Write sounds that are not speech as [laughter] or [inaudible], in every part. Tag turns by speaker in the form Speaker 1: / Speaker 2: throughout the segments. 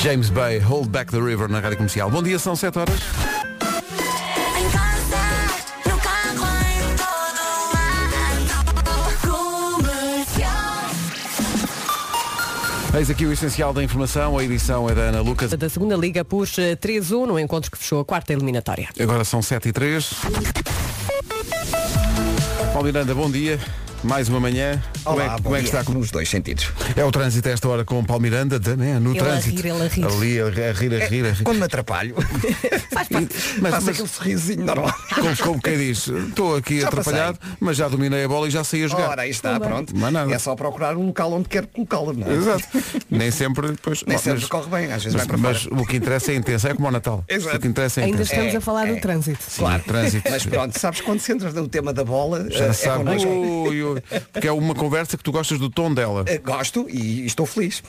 Speaker 1: James Bay, Hold Back the River na Rádio Comercial. Bom dia, são 7 horas.
Speaker 2: Em casa, no carro, em todo lado. Comercial.
Speaker 1: Eis aqui o essencial da informação, a edição é da Ana Lucas.
Speaker 3: da segunda liga por eh, 3-1 no encontro que fechou a quarta eliminatória.
Speaker 1: Agora são 7 e 3. Paulo Miranda, bom dia. Mais uma manhã. como é,
Speaker 4: Olá, bom
Speaker 1: como é que
Speaker 4: dia.
Speaker 1: está?
Speaker 4: Nos dois sentidos.
Speaker 1: É o trânsito a esta hora com o Paulo Miranda, da Man, no
Speaker 3: Ele a
Speaker 1: trânsito.
Speaker 3: rir, ele a rir. É,
Speaker 1: Ali, a rir, a rir, a rir.
Speaker 4: Quando me
Speaker 1: [laughs]
Speaker 4: atrapalho,
Speaker 1: Mas-
Speaker 4: faço
Speaker 1: é mas-
Speaker 4: aquele sorrisinho normal.
Speaker 1: Como, como quem diz, estou aqui
Speaker 4: Já
Speaker 1: atrapalhado, mas já dominei a bola e já saí a jogar.
Speaker 4: Ora, aí está, pronto.
Speaker 1: Mas nada.
Speaker 4: É só procurar um local onde quero colocá-la, não é?
Speaker 1: Exato. Nem sempre, pois,
Speaker 4: Nem
Speaker 1: bom,
Speaker 4: sempre corre bem, às vezes
Speaker 1: mas,
Speaker 4: vai para
Speaker 1: mas
Speaker 4: fora.
Speaker 1: o que interessa é intenso, é como o Natal.
Speaker 4: Exato.
Speaker 1: O que interessa é
Speaker 3: Ainda
Speaker 1: intenso.
Speaker 3: estamos
Speaker 4: É,
Speaker 3: a falar do
Speaker 4: é.
Speaker 3: trânsito.
Speaker 1: Sim, trânsito.
Speaker 4: Mas pronto, sabes quando se entras no tema da bola,
Speaker 1: já
Speaker 4: eh, é
Speaker 1: sabe. Uh.
Speaker 4: connosco.
Speaker 1: Ui, ui, porque é uma conversa que tu gostas do tom dela.
Speaker 4: Eh, Gosto e estou feliz.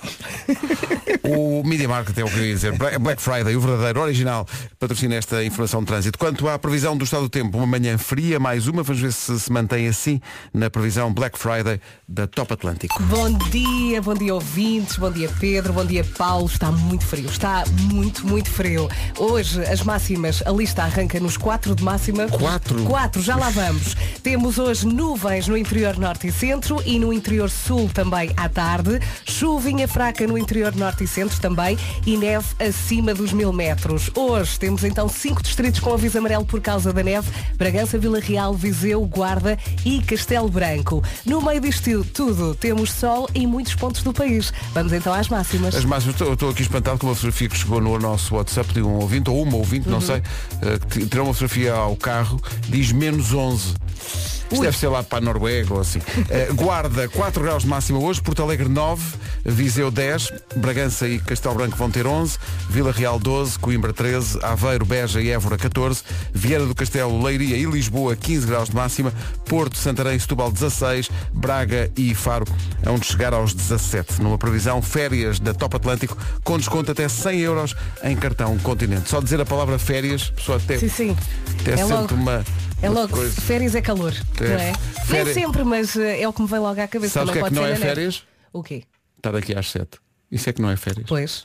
Speaker 1: O Media Market é o que eu ia dizer. Bla- Black Friday, o verdadeiro original, patrocina esta informação de trânsito. Quanto à previsão do estado do tempo, uma manhã fria, mais uma, vamos ver se se mantém assim na previsão Black Friday da Top Atlântico.
Speaker 3: Bom dia, bom dia ouvintes, bom dia Pedro, bom dia Paulo. Está muito frio, está muito, muito frio. Hoje as máximas, a lista arranca nos 4 de máxima.
Speaker 1: Quatro?
Speaker 3: 4, já lá vamos. Temos hoje nuvens no interior norte e centro e no interior sul também à tarde. Chuvinha fraca no interior norte e centro também e neve acima dos mil metros. Hoje temos então cinco distritos com aviso amarelo por causa da neve. Bragança, Vila Real, Viseu, Guarda e Castelo Branco. No meio disto tudo, temos sol em muitos pontos do país. Vamos então às máximas.
Speaker 1: As máximas, estou- eu estou aqui espantado com uma fotografia que chegou no nosso WhatsApp de um ouvinte, ou uma ouvinte, não sei, eh, que t- tirou uma fotografia ao carro, diz menos 11. Isto deve ser lá para a Noruega ou assim. Eh, Guarda 4 graus de máxima hoje, Porto Alegre 9, Viseu 10, Bragança e Castelo Branco vão ter 11, Vila Real 12, Coimbra 13, Aveiro, Beja e Évora 14, Vieira do Castelo, Leiria e Lisboa 15 graus de máxima, Porto, Santarém e Setúbal 16, Braga e Faro onde chegar aos 17, numa previsão férias da Top Atlântico, com desconto até 100 euros em cartão Continente. Só dizer a palavra férias, pessoal, até,
Speaker 3: Sim, sim.
Speaker 1: até
Speaker 3: É
Speaker 1: sempre
Speaker 3: logo.
Speaker 1: uma,
Speaker 3: É
Speaker 1: uma
Speaker 3: logo,
Speaker 1: coisa.
Speaker 3: férias é calor,
Speaker 1: É.
Speaker 3: não é?
Speaker 1: Férias-
Speaker 3: Nem sempre, mas eh, é o que me vem logo à cabeça.
Speaker 1: Sabes o que é que
Speaker 3: pode
Speaker 1: não
Speaker 3: ser
Speaker 1: é
Speaker 3: a neve.
Speaker 1: férias?
Speaker 3: O quê?
Speaker 1: Estar aqui às 7. Isso é que não é férias.
Speaker 3: Pois.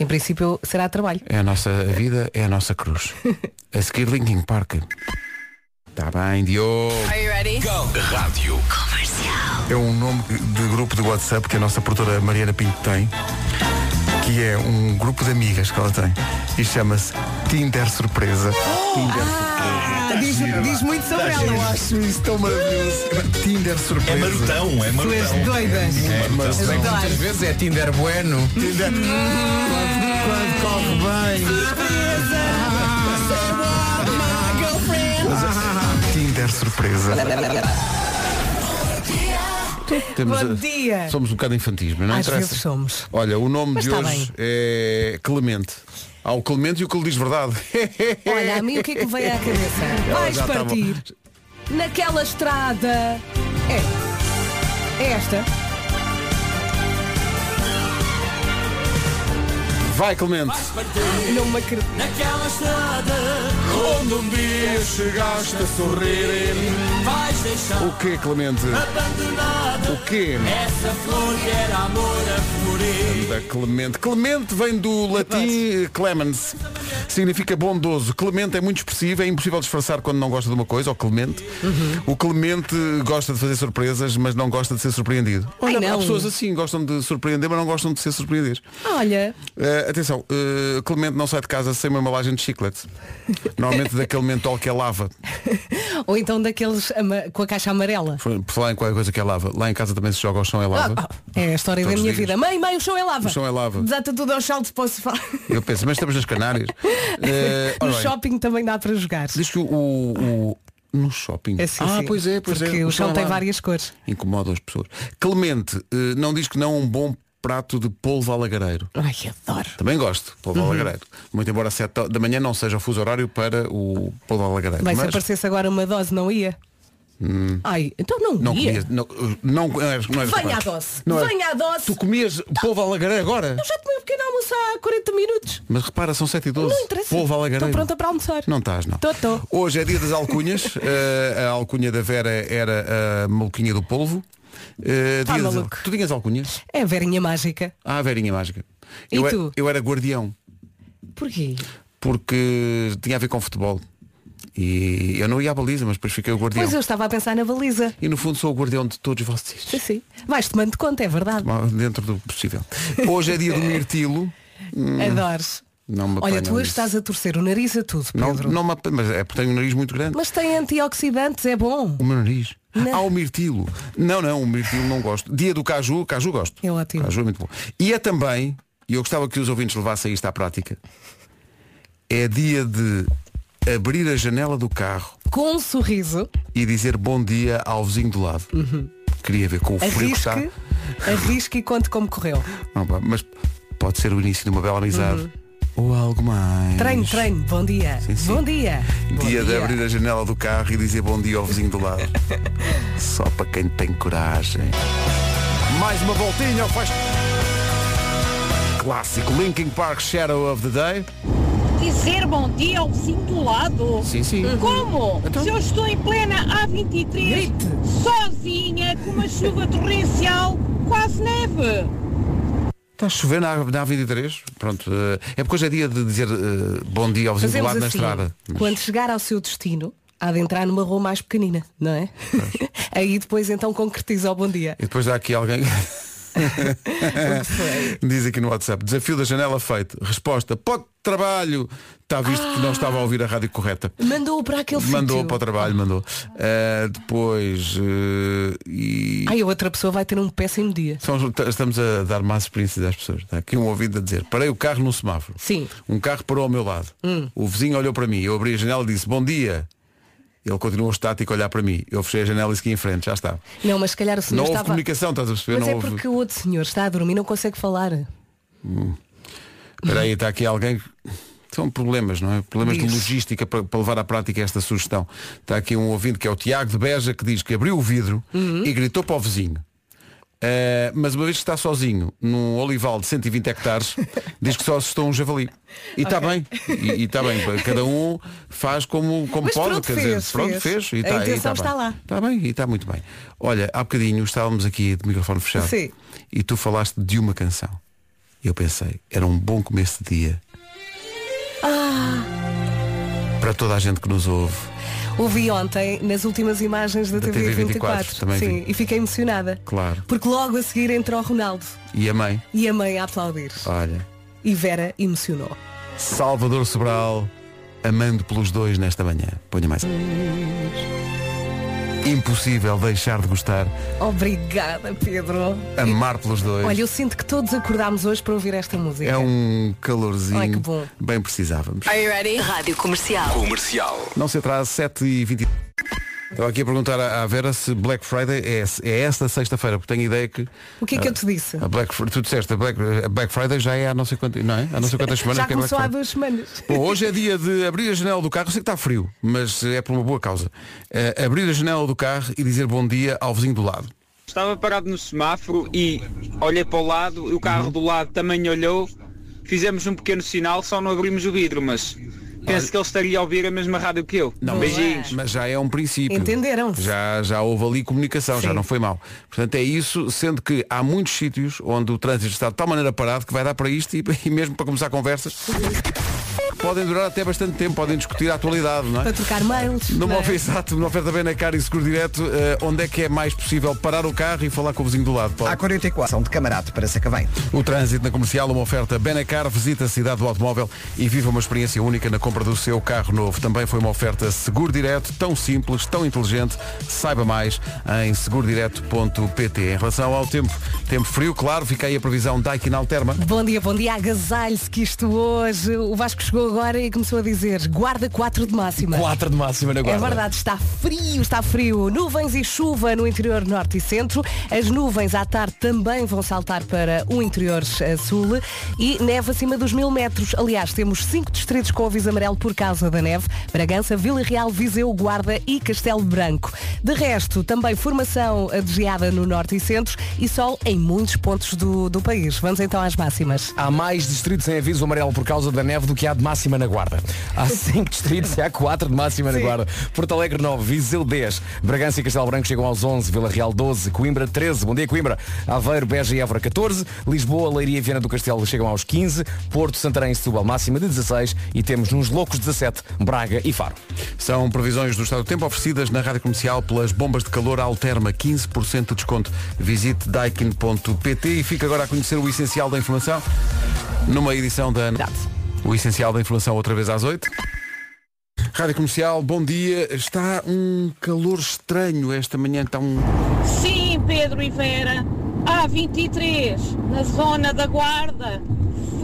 Speaker 3: Em princípio será trabalho.
Speaker 1: É a nossa vida, é a nossa
Speaker 3: [laughs]
Speaker 1: cruz. A seguir Linkin Park. Está bem, Diogo. É um nome de grupo de WhatsApp que a nossa produtora Mariana Pinto tem, que é um grupo de amigas que ela tem. E chama-se Tinder Surpresa. Tinder Ah, Tá
Speaker 3: diz, diz muito sobre
Speaker 1: Eu
Speaker 3: ela.
Speaker 1: acho isso tão maravilhoso. Tinder Surpresa.
Speaker 5: É marotão, é
Speaker 3: Tu és
Speaker 5: marotão.
Speaker 3: doida.
Speaker 1: Mas
Speaker 3: És doida.
Speaker 6: vezes é Tinder bueno.
Speaker 1: É Tinder. Quando, quando corre bem. Mas, Tinder Surpresa. Temos
Speaker 3: Bom
Speaker 1: a-
Speaker 3: dia.
Speaker 1: Somos um bocado infantis, mas não
Speaker 3: Às
Speaker 1: interessa.
Speaker 3: vezes somos.
Speaker 1: Olha, o nome
Speaker 3: Mas
Speaker 1: de
Speaker 3: está
Speaker 1: hoje
Speaker 3: bem.
Speaker 1: é Clemente. Há o Clemente e o que lhe diz verdade.
Speaker 3: [laughs] Olha, a mim o que é que
Speaker 1: [laughs]
Speaker 3: me veio à cabeça?
Speaker 1: Ela
Speaker 3: Vais
Speaker 1: já tá estava-
Speaker 3: partir naquela estrada. É. É esta.
Speaker 1: Vai, Clemente.
Speaker 3: Não me acredito.
Speaker 7: Naquela estrada onde um dia chegaste a sorrir, vais deixar
Speaker 1: O que, Clemente?
Speaker 7: abandonada
Speaker 1: O que?
Speaker 7: essa flor que era amor a florir.
Speaker 1: Da Clemente. Clemente vem do latim eh, clemens. Significa bondoso. Clemente é muito expressivo, é impossível disfarçar quando não gosta de uma coisa, ou Clemente.
Speaker 3: Uhum.
Speaker 1: O Clemente gosta de fazer surpresas, mas não gosta de ser surpreendido.
Speaker 3: Ai,
Speaker 1: Olha, há
Speaker 3: não.
Speaker 1: pessoas assim, gostam de surpreender, mas não gostam de ser surpreendidas.
Speaker 3: Olha,
Speaker 1: Eh, atenção, eh, Clemente não sai de casa sem uma embalagem de
Speaker 3: [laughs]
Speaker 1: chiclete. Normalmente daquele mentol que é lava.
Speaker 3: ou então daqueles ama- com a caixa amarela.
Speaker 1: Por por falar em qualquer coisa que é lava. Lá em casa também se joga ao chão é lava.
Speaker 3: Ah, ah, é a história
Speaker 1: Todos
Speaker 3: da minha
Speaker 1: os dias.
Speaker 3: vida. Mãe, mãe, o chão é lava.
Speaker 1: O chão é lava.
Speaker 3: Desata tudo aos saltos, posso falar.
Speaker 1: Eu penso, mas estamos nas Canárias. Eh,
Speaker 3: No
Speaker 1: ora bem,
Speaker 3: shopping também dá para jogar.
Speaker 1: diz que o, o- No shopping.
Speaker 3: É assim,
Speaker 1: ah,
Speaker 3: sim.
Speaker 1: pois é, pois é.
Speaker 3: Porque o chão
Speaker 1: é
Speaker 3: tem
Speaker 1: lava.
Speaker 3: várias cores.
Speaker 1: Incomoda as pessoas. Clemente eh, não diz que não é um bom prato de polvo alagareiro.
Speaker 3: Ai, adoro.
Speaker 1: Também gosto, polvo
Speaker 3: Uhum.
Speaker 1: alagareiro. Muito embora a 7 da manhã não seja o fuso horário para o polvo alagareiro.
Speaker 3: Bem, se
Speaker 1: mas- Hum.
Speaker 3: aparecesse agora uma dose, não ia? Ai, então não,
Speaker 1: Não
Speaker 3: ia.
Speaker 1: comias, não, eh, não, não eras, não eras
Speaker 3: Venha
Speaker 1: capaz.
Speaker 3: à doce,
Speaker 1: Não eras-
Speaker 3: venha à doce.
Speaker 1: Tu comias polvo à lagareira agora?
Speaker 3: Eu já tomei um pequeno almoço há 40 minutos.
Speaker 1: Mas repara, são 7 e 12.
Speaker 3: Não interessa. Então
Speaker 1: Polvo à lagareira.
Speaker 3: Estou pronta para almoçar.
Speaker 1: Não estás, não.
Speaker 3: Tô, tô. [laughs]
Speaker 1: Hoje é dia das alcunhas. Eh, a alcunha da Vera era a maluquinha do polvo. Eh,
Speaker 3: Tá
Speaker 1: diz-
Speaker 3: maluco.
Speaker 1: tu tinhas alcunhas?
Speaker 3: É a verinha mágica.
Speaker 1: Ah, a verinha mágica.
Speaker 3: E
Speaker 1: eu, era-
Speaker 3: tu?
Speaker 1: eu era guardião,
Speaker 3: Porquê?
Speaker 1: porque tinha a ver com futebol. E eu não ia à baliza, mas depois fiquei o guardião.
Speaker 3: Pois eu estava a pensar na baliza.
Speaker 1: E no fundo sou o guardião de todos vocês.
Speaker 3: Sim, sim. Vais tomando conta, é verdade.
Speaker 1: Dentro do possível. Hoje é dia do mirtilo.
Speaker 3: Adores.
Speaker 1: Não me
Speaker 3: Olha,
Speaker 1: apanham
Speaker 3: tu hoje
Speaker 1: Hum. nisso.
Speaker 3: estás a torcer o nariz a tudo,
Speaker 1: Não,
Speaker 3: Pedro.
Speaker 1: não me apanho, mas é porque tenho um nariz muito grande.
Speaker 3: Mas tem antioxidantes, é bom.
Speaker 1: O meu nariz.
Speaker 3: Não.
Speaker 1: Ah, o mirtilo. Não, não, o mirtilo não gosto. Dia do caju, caju gosto.
Speaker 3: É ótimo.
Speaker 1: Caju é muito bom. E é também, e eu gostava que os ouvintes levassem isto à prática, é dia de abrir a janela do carro
Speaker 3: Com um sorriso,
Speaker 1: e dizer bom dia ao vizinho do lado.
Speaker 3: Uhum.
Speaker 1: Queria ver com o frio que está.
Speaker 3: arrisque, arrisque e conte como correu.
Speaker 1: Não, pá, mas pode ser o início de uma bela
Speaker 3: Uhum.
Speaker 1: amizade. Ou algo mais.
Speaker 3: Treino, treino, bom dia.
Speaker 1: Sim, sim.
Speaker 3: Bom dia. Bom
Speaker 1: Dia de abrir a janela do carro e dizer bom dia ao vizinho do lado. Só para quem tem coragem. Mais uma voltinha, faz. Clássico Linkin Park Shadow of the Day.
Speaker 5: Dizer bom dia ao vizinho do lado.
Speaker 1: Sim, sim.
Speaker 5: Como?
Speaker 1: Então?
Speaker 5: Se eu estou em plena A23,
Speaker 3: Grite.
Speaker 5: sozinha, com uma chuva torrencial, quase neve.
Speaker 1: Está a chover na, na A23. Pronto. eh, É porque hoje é dia de dizer eh, bom dia ao vizinho do
Speaker 3: Fazemos
Speaker 1: lado na
Speaker 3: assim,
Speaker 1: estrada. Mas
Speaker 3: Quando chegar ao seu destino, há de entrar numa rua mais pequenina, não é? [laughs] Aí depois então concretiza o bom dia.
Speaker 1: E depois há aqui alguém.
Speaker 3: Porque foi.
Speaker 1: [laughs] Diz aqui no WhatsApp, desafio da janela feito. Resposta, pode trabalho. Está visto que não estava a ouvir a rádio correta.
Speaker 3: Mandou-o para aquele
Speaker 1: mandou
Speaker 3: sítio.
Speaker 1: para o trabalho, mandou. Uh, depois uh, e
Speaker 3: Ai, a outra pessoa vai ter um péssimo dia.
Speaker 1: São- t- estamos a dar más experiências às pessoas. Está aqui um ouvido a dizer, parei o carro no semáforo.
Speaker 3: Sim.
Speaker 1: Um carro parou ao meu lado.
Speaker 3: Hum.
Speaker 1: O vizinho olhou para mim, eu abri a janela e disse, bom dia. Ele continuou estático a olhar para mim. Eu fechei a janela e segui em frente, já está.
Speaker 3: Não, mas se calhar o senhor
Speaker 1: não houve
Speaker 3: estava.
Speaker 1: comunicação, estás a perceber?
Speaker 3: Mas
Speaker 1: não
Speaker 3: é
Speaker 1: houve.
Speaker 3: porque o outro senhor está a dormir e não consegue falar.
Speaker 1: Espera aí, está aqui alguém. São problemas, não é? Problemas de
Speaker 3: Diz.
Speaker 1: logística para, para levar à prática esta sugestão. Está aqui um ouvinte que é o Tiago de Beja que diz que abriu o vidro
Speaker 3: Uhum.
Speaker 1: e gritou para o vizinho. Eh, mas uma vez que está sozinho num olival de 120
Speaker 3: [laughs]
Speaker 1: hectares, diz que só assustou um javali. E está bem. E- E está bem. Cada um faz como, como
Speaker 3: Mas
Speaker 1: pode.
Speaker 3: pronto,
Speaker 1: quer
Speaker 3: fez,
Speaker 1: dizer, pronto,
Speaker 3: fez.
Speaker 1: fez. e
Speaker 3: A
Speaker 1: está, e
Speaker 3: intenção está
Speaker 1: bem.
Speaker 3: lá.
Speaker 1: Está bem e está muito bem. Olha, há bocadinho estávamos aqui de microfone fechado
Speaker 3: Sim.
Speaker 1: e tu falaste de uma canção. E eu pensei, era um bom começo de dia.
Speaker 3: Ah.
Speaker 1: Para toda a gente que nos ouve.
Speaker 3: O vi ontem nas últimas imagens da,
Speaker 1: Da
Speaker 3: TV24.
Speaker 1: TV24, também
Speaker 3: Sim,
Speaker 1: vi.
Speaker 3: e fiquei emocionada.
Speaker 1: Claro.
Speaker 3: Porque logo a seguir entra o Ronaldo
Speaker 1: E a mãe,
Speaker 3: e a mãe a aplaudir.
Speaker 1: olha,
Speaker 3: E Vera emocionou.
Speaker 1: Salvador Sobral, amando pelos dois nesta manhã. Ponha mais. um. Impossível deixar de gostar,
Speaker 3: Obrigada, Pedro.
Speaker 1: amar pelos dois.
Speaker 3: Olha, eu sinto que todos acordámos hoje para ouvir esta música.
Speaker 1: é um calorzinho.
Speaker 3: Ai, que bom.
Speaker 1: Bem precisávamos.
Speaker 2: Rádio Comercial.
Speaker 1: Não se atrasa, 7h20. Estava aqui a perguntar à à Vera se Black Friday é, é esta sexta-feira, porque tenho ideia que. ah,
Speaker 3: O que é que eu te disse?
Speaker 1: A Black, Fri- tu disseste, a Black, a Black Friday já é há não sei quantas, não é? Há não sei quantas semanas
Speaker 3: Já
Speaker 1: que é Black
Speaker 3: começou há
Speaker 1: Friday. [laughs]
Speaker 3: duas semanas.
Speaker 1: Bom, hoje é dia de abrir a janela do carro, sei que está frio, mas é por uma boa causa. Eh, abrir a janela do carro e dizer bom dia ao vizinho do lado.
Speaker 6: Estava parado no semáforo e olhei para o lado e o carro do lado também olhou. Fizemos um pequeno sinal, só não abrimos o vidro, mas penso que ele estaria a ouvir a mesma rádio que eu. Beijinhos.
Speaker 1: Mas já é um princípio.
Speaker 3: Entenderam-se.
Speaker 1: Já, já houve ali comunicação, já não foi mal. Portanto, é isso, sendo que há muitos sítios onde o trânsito está de tal maneira parado que vai dar para isto e, [laughs] e mesmo para começar conversas que podem durar até bastante tempo, podem discutir a atualidade, não é?
Speaker 3: Para trocar mails.
Speaker 1: Numa
Speaker 3: não é?
Speaker 1: oferta, exato, numa oferta bem na cara e seguro direto, eh, onde é que é mais possível parar o carro e falar com o vizinho do lado? Paulo?
Speaker 4: Há 44 são de camarada para Sacavém.
Speaker 1: O trânsito na comercial, uma oferta Benacar, visita a cidade do automóvel e viva uma experiência única na compra do seu carro novo. Também foi uma oferta seguro direto, tão simples, tão inteligente. Saiba mais em segurodireto.pt. Em relação ao tempo, tempo frio, claro, fica aí a previsão Daikin Alterma.
Speaker 3: Bom dia, bom dia, agasalhe-se que isto hoje. O Vasco chegou agora e começou a dizer guarda 4 de máxima.
Speaker 7: 4 de máxima na
Speaker 3: É
Speaker 7: guarda.
Speaker 3: verdade, está frio, está frio. Nuvens e chuva no interior norte e centro. As nuvens à tarde também vão saltar para o interior eh, sul e neve acima dos mil metros. Aliás, temos cinco distritos com aviso amarelo por causa da neve. Bragança, Vila Real, Viseu, Guarda e Castelo Branco. De resto, também formação eh, de geada no norte e centro e sol em muitos pontos do, do país. Vamos então às máximas.
Speaker 7: Há mais distritos em aviso amarelo por causa da neve do que há de máximo.
Speaker 8: máxima na guarda. Há 5 distritos e há 4 de máxima na guarda. Porto Alegre 9, Viseu 10, Bragança e Castelo Branco chegam aos 11, Vila Real 12, Coimbra 13, Bom dia Coimbra, Aveiro, Beja e Évora 14, Lisboa, Leiria e Viana do Castelo chegam aos 15, Porto, Santarém e Setúbal máxima de 16 e temos nos loucos 17, Braga e Faro.
Speaker 1: São previsões do estado do tempo oferecidas na rádio comercial pelas bombas de calor Alterma. 15% de desconto. Visite daikin.pt e fica agora a conhecer o essencial da informação numa edição da.
Speaker 3: Verdade.
Speaker 1: O essencial da informação outra vez às 8. Rádio Comercial, bom dia. Está um calor estranho esta manhã, está um.
Speaker 5: Sim, Pedro e Vera, A23, na zona da Guarda,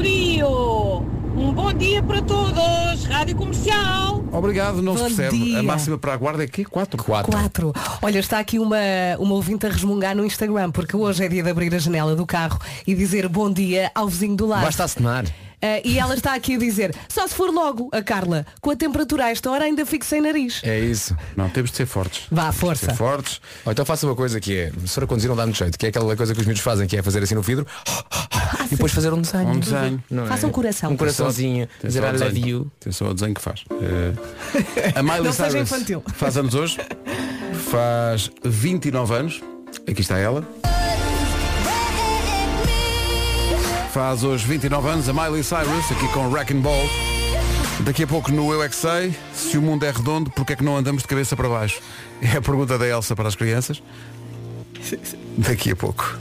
Speaker 5: frio. Um bom dia para todos, Rádio Comercial.
Speaker 1: Obrigado, não se
Speaker 3: Bom
Speaker 1: percebe.
Speaker 3: dia.
Speaker 1: A máxima para a guarda é quê? 4?
Speaker 3: Quatro. Olha, está aqui uma, uma ouvinte a resmungar no Instagram, porque hoje é dia de abrir a janela do carro e dizer bom dia ao vizinho do lado.
Speaker 8: Basta acenar.
Speaker 3: Ah, e ela está aqui a dizer, só se for logo, a Carla, com a temperatura a esta hora ainda fico sem nariz.
Speaker 8: É isso.
Speaker 1: Não, temos de ser fortes.
Speaker 3: Vá,
Speaker 1: Ser
Speaker 3: força.
Speaker 1: fortes.
Speaker 8: Ou então faça uma coisa que é, se for a conduzir não dá muito jeito, que é aquela coisa que os miúdos fazem, que é fazer assim no vidro e depois fazer um desenho.
Speaker 1: Um desenho.
Speaker 8: Não
Speaker 3: Faça um coração.
Speaker 8: Um coraçãozinho. Dizer I love you.
Speaker 1: Atenção ao desenho que faz. Eh, a Miley
Speaker 3: Não seja
Speaker 1: Cyrus
Speaker 3: infantil.
Speaker 1: faz anos hoje. Faz 29 anos. Aqui está ela. Faz hoje 29 anos a Miley Cyrus, aqui com Wrecking Ball. Daqui a pouco no Eu É Que Sei, se o mundo é redondo, porque é que não andamos de cabeça para baixo? É a pergunta da Elsa para as crianças. Daqui a pouco.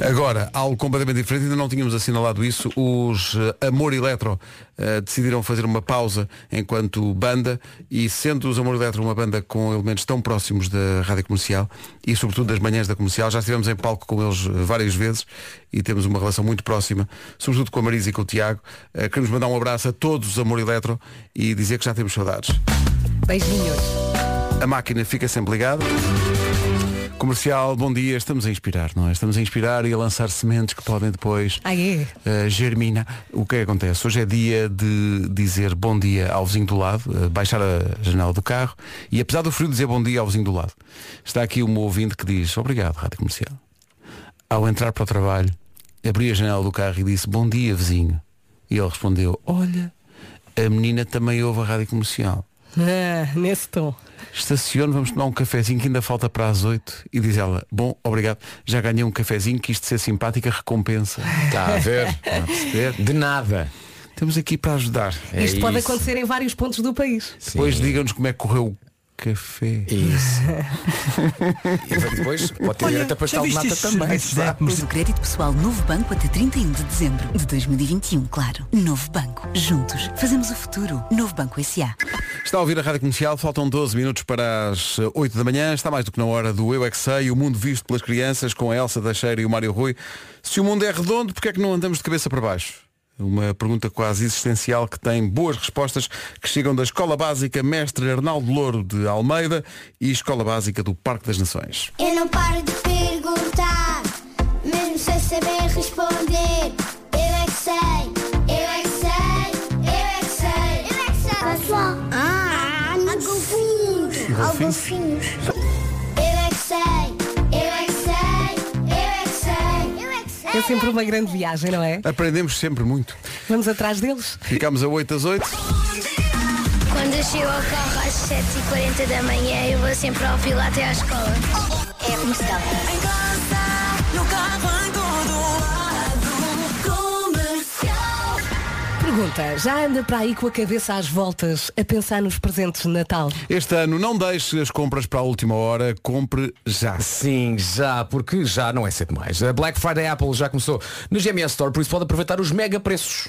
Speaker 1: Agora, algo completamente diferente, ainda não tínhamos assinalado isso, os eh, Amor Eletro eh, decidiram fazer uma pausa enquanto banda e sendo os Amor Eletro uma banda com elementos tão próximos da rádio comercial e sobretudo das manhãs da comercial, já estivemos em palco com eles eh, várias vezes e temos uma relação muito próxima, sobretudo com a Marisa e com o Tiago. Eh, queremos mandar um abraço a todos os Amor Eletro e dizer que já temos saudades.
Speaker 3: Beijinhos.
Speaker 1: A máquina fica sempre ligada. Comercial, bom dia. Estamos a inspirar, não é? Estamos a inspirar e a lançar sementes que podem depois
Speaker 3: Ah, é?
Speaker 1: eh, germinar. O que é que acontece? Hoje é dia de dizer bom dia ao vizinho do lado, eh, baixar a janela do carro e apesar do frio dizer bom dia ao vizinho do lado. Está aqui um ouvinte que diz, obrigado, Rádio Comercial. Ao entrar para o trabalho, abri a janela do carro e disse bom dia, vizinho. E ele respondeu, olha, a menina também ouve a Rádio Comercial
Speaker 3: Ah, nesse tom.
Speaker 1: estaciono, vamos tomar um cafezinho que ainda falta para as oito e diz ela, bom, obrigado, já ganhei um cafezinho, quis de ser simpática, recompensa.
Speaker 8: Está Tá a ver?
Speaker 1: Está a perceber?
Speaker 8: De nada.
Speaker 1: Estamos aqui para ajudar.
Speaker 8: É
Speaker 3: Isto pode
Speaker 8: isso.
Speaker 3: acontecer em vários pontos do país.
Speaker 1: Depois digam-nos como é que correu o café.
Speaker 8: é Isso. e depois pode ter direito a pastel de nata também. é?
Speaker 2: Mas o crédito pessoal Novo Banco até 31 de dezembro de 2021, claro. Novo Banco. Juntos. Fazemos o futuro. Novo Banco S.A.
Speaker 1: Está a ouvir a Rádio Comercial, faltam 12 minutos para as eh, 8 da manhã, está mais do que na hora do Eu É Que Sei, o mundo visto pelas crianças, com a Elsa Teixeira e o Mário Rui. Se o mundo é redondo, porquê é que não andamos de cabeça para baixo? Uma pergunta quase existencial que tem boas respostas que chegam da Escola Básica Mestre Arnaldo Louro de Almeida e Escola Básica do Parque das Nações.
Speaker 9: Eu não paro de perguntar, mesmo sem saber responder. Eu é que sei, eu é que sei, eu é que sei, eu é que sei. Pessoal, ah, ah golfinhos, ah, golfinhos. Eu é que sei, eu é que sei, eu é que sei, eu é que sei.
Speaker 3: É sempre uma grande viagem, não é?
Speaker 1: Aprendemos sempre muito.
Speaker 3: Vamos atrás deles.
Speaker 1: Ficamos a 8 às 8.
Speaker 9: Quando eu chego ao carro às 7h40 da manhã, eu vou sempre ao fila até à escola. É comercial.
Speaker 3: Pergunta, já anda para aí com a cabeça às voltas a pensar nos presentes de Natal?
Speaker 1: Este ano não deixe as compras para a última hora, compre já.
Speaker 8: Sim, já, porque já não é cedo mais. A Black Friday Apple já começou no GMS Store, por isso pode aproveitar os mega preços.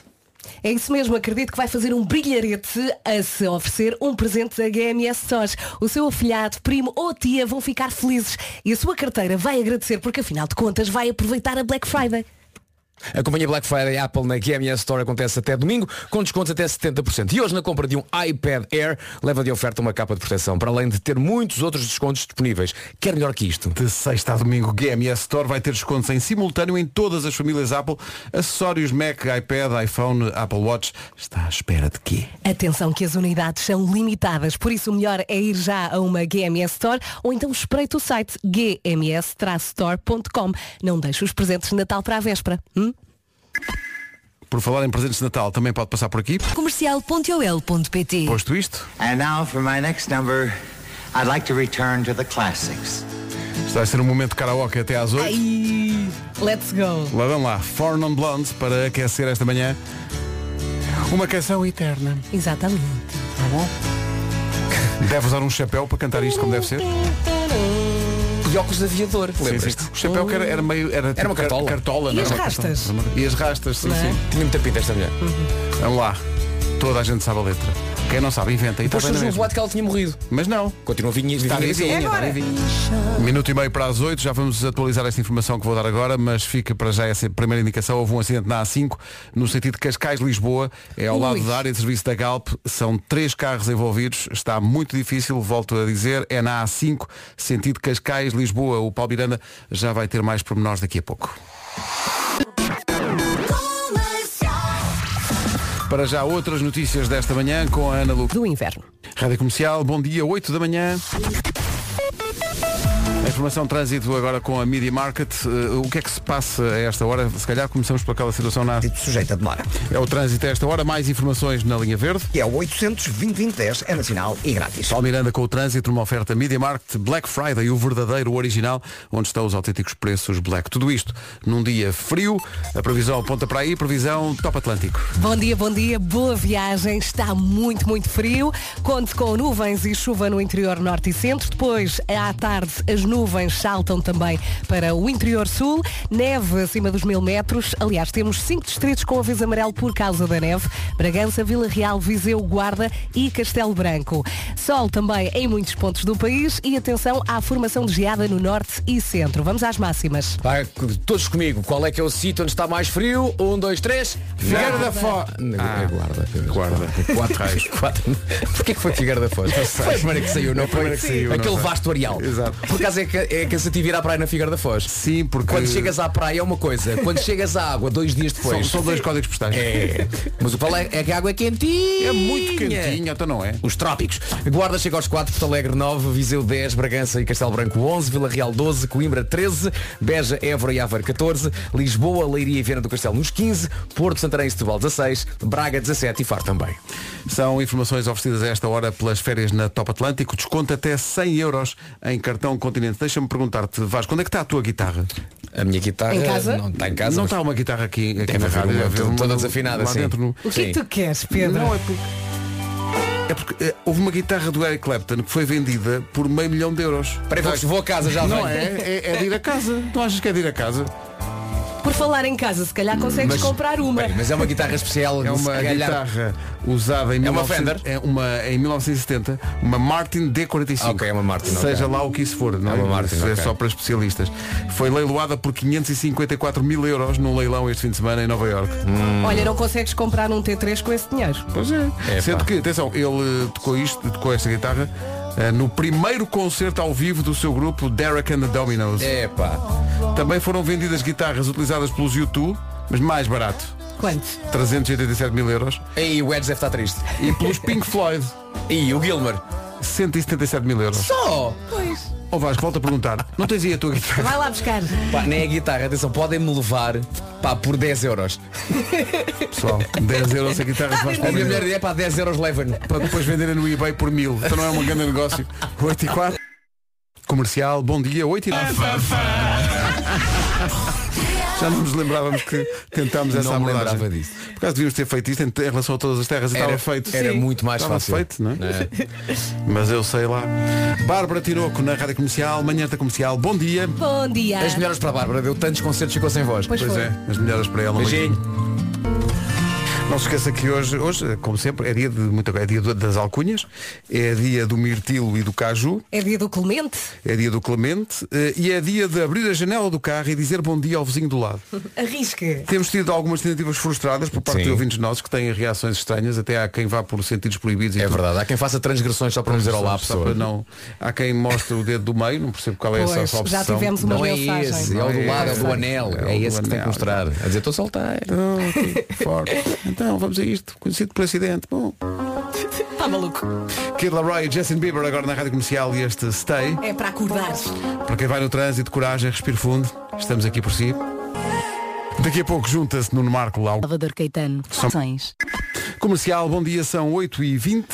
Speaker 3: É isso mesmo, acredito que vai fazer um brilharete a se oferecer um presente da GMS Stores. O seu afilhado, primo ou tia vão ficar felizes e a sua carteira vai agradecer porque afinal de contas vai aproveitar a Black Friday.
Speaker 8: A companhia Black Friday Apple na GMS Store acontece até domingo, com descontos até 70%. E hoje, na compra de um iPad Air, leva de oferta uma capa de proteção, para além de ter muitos outros descontos disponíveis. Quer melhor que isto?
Speaker 1: De sexta a domingo, GMS Store vai ter descontos em simultâneo em todas as famílias Apple. Acessórios Mac, iPad, iPhone, Apple Watch. Está à espera de quê?
Speaker 3: Atenção que as unidades são limitadas, por isso o melhor é ir já a uma GMS Store ou então espreite o site gms-store.com. Não deixe os presentes de Natal para a véspera. hum?
Speaker 1: Por falar em presentes de Natal, também pode passar por aqui.
Speaker 2: Comercial.ol.pt
Speaker 1: Posto isto,
Speaker 10: And now for my next number, I'd like to return to the classics.
Speaker 1: isto vai ser um momento de karaoke até às 8.
Speaker 3: Ai, let's go.
Speaker 1: Lá vamos lá, Foreign on Blondes para aquecer esta manhã. Uma canção eterna.
Speaker 3: Exatamente.
Speaker 1: Deve usar um chapéu para cantar isto como deve ser.
Speaker 8: E óculos de aviador, lembras-te?
Speaker 1: O chapéu que era, era meio. Era, tipo
Speaker 8: uma cartola.
Speaker 1: cartola
Speaker 3: E
Speaker 1: não
Speaker 3: as
Speaker 1: era uma
Speaker 3: rastas?
Speaker 1: cartola. E as rastas, sim,
Speaker 3: Não é?
Speaker 1: sim.
Speaker 8: Tinha muita pinta esta mulher.
Speaker 1: Vamos lá. Toda a gente sabe a letra. Quem não sabe, inventa. E
Speaker 8: Depois
Speaker 1: está bem na
Speaker 8: surgiu um
Speaker 1: mesma.
Speaker 8: boato que ela tinha morrido.
Speaker 1: Mas não.
Speaker 8: Continua vinha,
Speaker 1: Está
Speaker 8: vinha-
Speaker 1: vivinha,
Speaker 8: vinha-
Speaker 1: está vivinha. Um Minuto e meio para as oito. já vamos atualizar esta informação que vou dar agora, mas fica para já essa primeira indicação. Houve um acidente na A5, no sentido de Cascais-Lisboa, é ao lado da área de serviço da Galp, são três carros envolvidos, está muito difícil, volto a dizer, é na A5, sentido Cascais-Lisboa. O Paulo Miranda já vai ter mais pormenores daqui a pouco. Para já outras notícias desta manhã com a Ana Lu.
Speaker 3: Do inverno.
Speaker 1: Rádio Comercial, bom dia, 8 da manhã. A informação de trânsito agora com a Media Market. Eh, o que é que se passa a esta hora? Se calhar começamos por aquela situação na...
Speaker 4: Tipo sujeito a demora.
Speaker 1: É o trânsito a esta hora. Mais informações na linha verde.
Speaker 4: Que é o 800 é nacional e grátis.
Speaker 1: Paulo Miranda com o trânsito numa oferta Media Market Black Friday, o verdadeiro o original, onde estão os autênticos preços Black. Tudo isto num dia frio. A previsão aponta para aí, previsão Top Atlântico.
Speaker 3: Bom dia, bom dia, boa viagem. Está muito, muito frio. Conte com nuvens e chuva no interior norte e centro. Depois, à tarde, as nuvens saltam também para o interior sul. Neve acima dos mil metros. Aliás, temos cinco distritos com aviso amarelo por causa da neve. Bragança, Vila Real, Viseu, Guarda e Castelo Branco. Sol também em muitos pontos do país e atenção à formação de geada no norte e centro. Vamos às máximas.
Speaker 8: Vai, todos comigo, qual é que é o sítio onde está mais frio? Um, dois, três. Figueira da Foz. Ah, guarda.
Speaker 1: Guarda.
Speaker 8: Quatro raios. [laughs] Quatro. Porquê que foi Figueira da Foz? Foi a primeira que saiu, não
Speaker 1: a primeira
Speaker 8: foi?
Speaker 1: que saiu, não
Speaker 8: Aquele
Speaker 1: foi?
Speaker 8: vasto areal.
Speaker 1: Exato.
Speaker 8: Por acaso é, ca- é cansativo ir à praia na Figueira da Foz.
Speaker 1: Sim, porque...
Speaker 8: Quando chegas à praia é uma coisa, quando chegas à água dois dias
Speaker 1: são,
Speaker 8: depois.
Speaker 1: são dois códigos postais.
Speaker 8: É. Mas o problema é que a água é quentinha.
Speaker 1: É muito quentinho, então não é?
Speaker 8: Os trópicos. Guarda chega aos 4, Porto Alegre 9, Viseu 10, Bragança e Castelo Branco 11, Vila Real 12, Coimbra 13, Beja, Évora e Aveiro 14, Lisboa, Leiria e Viana do Castelo nos 15, Porto, Santarém e Setúbal 16, Braga 17 e Faro também.
Speaker 1: São informações oferecidas a esta hora pelas férias na Top Atlântico. Desconto até 100 euros em cartão Continente. Deixa-me perguntar-te, Vasco, onde é que está a tua guitarra?
Speaker 8: A minha guitarra
Speaker 3: Em casa?
Speaker 8: não está em casa.
Speaker 1: não tá.
Speaker 8: mas
Speaker 1: está uma guitarra aqui, aqui
Speaker 8: Deve
Speaker 1: na
Speaker 8: haver
Speaker 1: rádio.
Speaker 8: uma,
Speaker 1: deve haver
Speaker 8: toda
Speaker 1: uma
Speaker 8: desafinada,
Speaker 1: lá
Speaker 8: sim.
Speaker 1: dentro no-
Speaker 3: O que é que
Speaker 8: Sim.
Speaker 3: tu queres, Pedro?
Speaker 1: Não, é porque... É porque eh, houve uma guitarra do Eric Clapton que foi vendida por meio milhão de euros.
Speaker 8: Peraí, vou, vou a casa já
Speaker 1: Não
Speaker 8: venho.
Speaker 1: é? é? é de ir a casa. Tu achas que é de ir a casa?
Speaker 3: Por falar em casa, se calhar consegues comprar uma.
Speaker 8: Bem, mas é uma guitarra especial.
Speaker 1: É
Speaker 8: se
Speaker 1: uma
Speaker 8: calhar-
Speaker 1: guitarra usada em,
Speaker 8: É uma
Speaker 1: 1900
Speaker 8: Fender?
Speaker 1: é uma- em 1970, uma Martin D45.
Speaker 8: Ok, é uma Martin, ok.
Speaker 1: Seja lá o que isso for, não é?
Speaker 8: É uma Martin,
Speaker 1: Isso é
Speaker 8: ok.
Speaker 1: só para especialistas. Foi leiloada por 554 mil euros num leilão este fim de semana em Nova York.
Speaker 8: Hum.
Speaker 3: Olha, não consegues comprar um T3 com esse dinheiro.
Speaker 1: Pois é.
Speaker 8: É,
Speaker 1: Sendo
Speaker 8: pá.
Speaker 1: que, atenção, ele eh, tocou isto, tocou esta guitarra eh, no primeiro concerto ao vivo do seu grupo Derek and the Dominos.
Speaker 8: É pá.
Speaker 1: Também foram vendidas guitarras utilizadas pelos YouTube, mas mais barato,
Speaker 3: Quantos?
Speaker 1: 387 mil euros,
Speaker 8: E o Edge deve estar triste.
Speaker 1: e pelos Pink Floyd.
Speaker 8: E o Gilmer.
Speaker 1: 177 mil euros.
Speaker 8: Só!
Speaker 3: Pois.
Speaker 1: Ó Vasco, volta a perguntar. Não tens aí a tua guitarra?
Speaker 3: Vai lá buscar.
Speaker 8: Pá, nem a guitarra, atenção, podem-me levar pá, por 10 euros.
Speaker 1: Pessoal, 10 euros a guitarra de Vasco
Speaker 8: A minha
Speaker 1: Palmeiras,
Speaker 8: mulher é pá, 10 euros leva-me.
Speaker 1: para depois venderem no eBay por mil. Então não é um grande negócio. 8 e 4. Comercial, bom dia, 8 e 9. Já não nos lembrávamos que tentámos essa
Speaker 8: Não me
Speaker 1: abordagem.
Speaker 8: lembrava disso.
Speaker 1: Por acaso devíamos ter feito isto em, em relação a todas as terras e
Speaker 8: Era-
Speaker 1: estava feito.
Speaker 8: era muito mais
Speaker 1: estava
Speaker 8: fácil.
Speaker 1: feito, não é? Mas eu sei lá. Bárbara Tinoco na Rádio Comercial, manhã da comercial, bom dia.
Speaker 3: Bom dia.
Speaker 8: As melhores para a Bárbara, deu tantos concertos, ficou sem voz.
Speaker 3: Pois foi.
Speaker 1: é, as melhoras para ela.
Speaker 8: Beijinho.
Speaker 1: Não se esqueça que hoje, hoje, como sempre, é dia de muita coisa. É dia do- das alcunhas, é dia do mirtilo e do caju,
Speaker 3: É dia do Clemente.
Speaker 1: é dia do Clemente eh, e é dia de abrir a janela do carro e dizer bom dia ao vizinho do
Speaker 8: [laughs]
Speaker 1: lado.
Speaker 3: Arrisca.
Speaker 1: Temos tido algumas tentativas frustradas por parte
Speaker 8: Sim.
Speaker 1: de ouvintes nossos que têm reações estranhas, até há quem vá por sentidos proibidos e
Speaker 8: É
Speaker 1: tudo.
Speaker 8: verdade, há quem faça transgressões só para não dizer olá à
Speaker 1: Só- só
Speaker 8: pessoa.
Speaker 1: para Não, há quem mostre o dedo do meio, não percebo qual é essa
Speaker 3: Pois,
Speaker 1: essa
Speaker 3: já
Speaker 1: obsessão.
Speaker 3: tivemos uma
Speaker 8: Não é
Speaker 3: mensagem.
Speaker 8: esse, é o do lado, é o do anel.
Speaker 1: É o
Speaker 8: É
Speaker 1: do
Speaker 8: esse que tem que
Speaker 1: anel.
Speaker 8: mostrar. A dizer, estou solteiro.
Speaker 3: [laughs]
Speaker 1: Então, aqui, forte. Então, vamos a isto. Conhecido por acidente. Bom.
Speaker 3: Tá maluco.
Speaker 1: Kid Laroi e Justin Bieber agora na rádio comercial e este Stay.
Speaker 3: É para acordar.
Speaker 1: Para quem vai no trânsito, coragem, respiro fundo. Estamos aqui por si. Daqui a pouco junta-se Nuno Marco ao
Speaker 11: Salvador Caetano.
Speaker 1: Som- Comercial, bom dia, são 8 e 20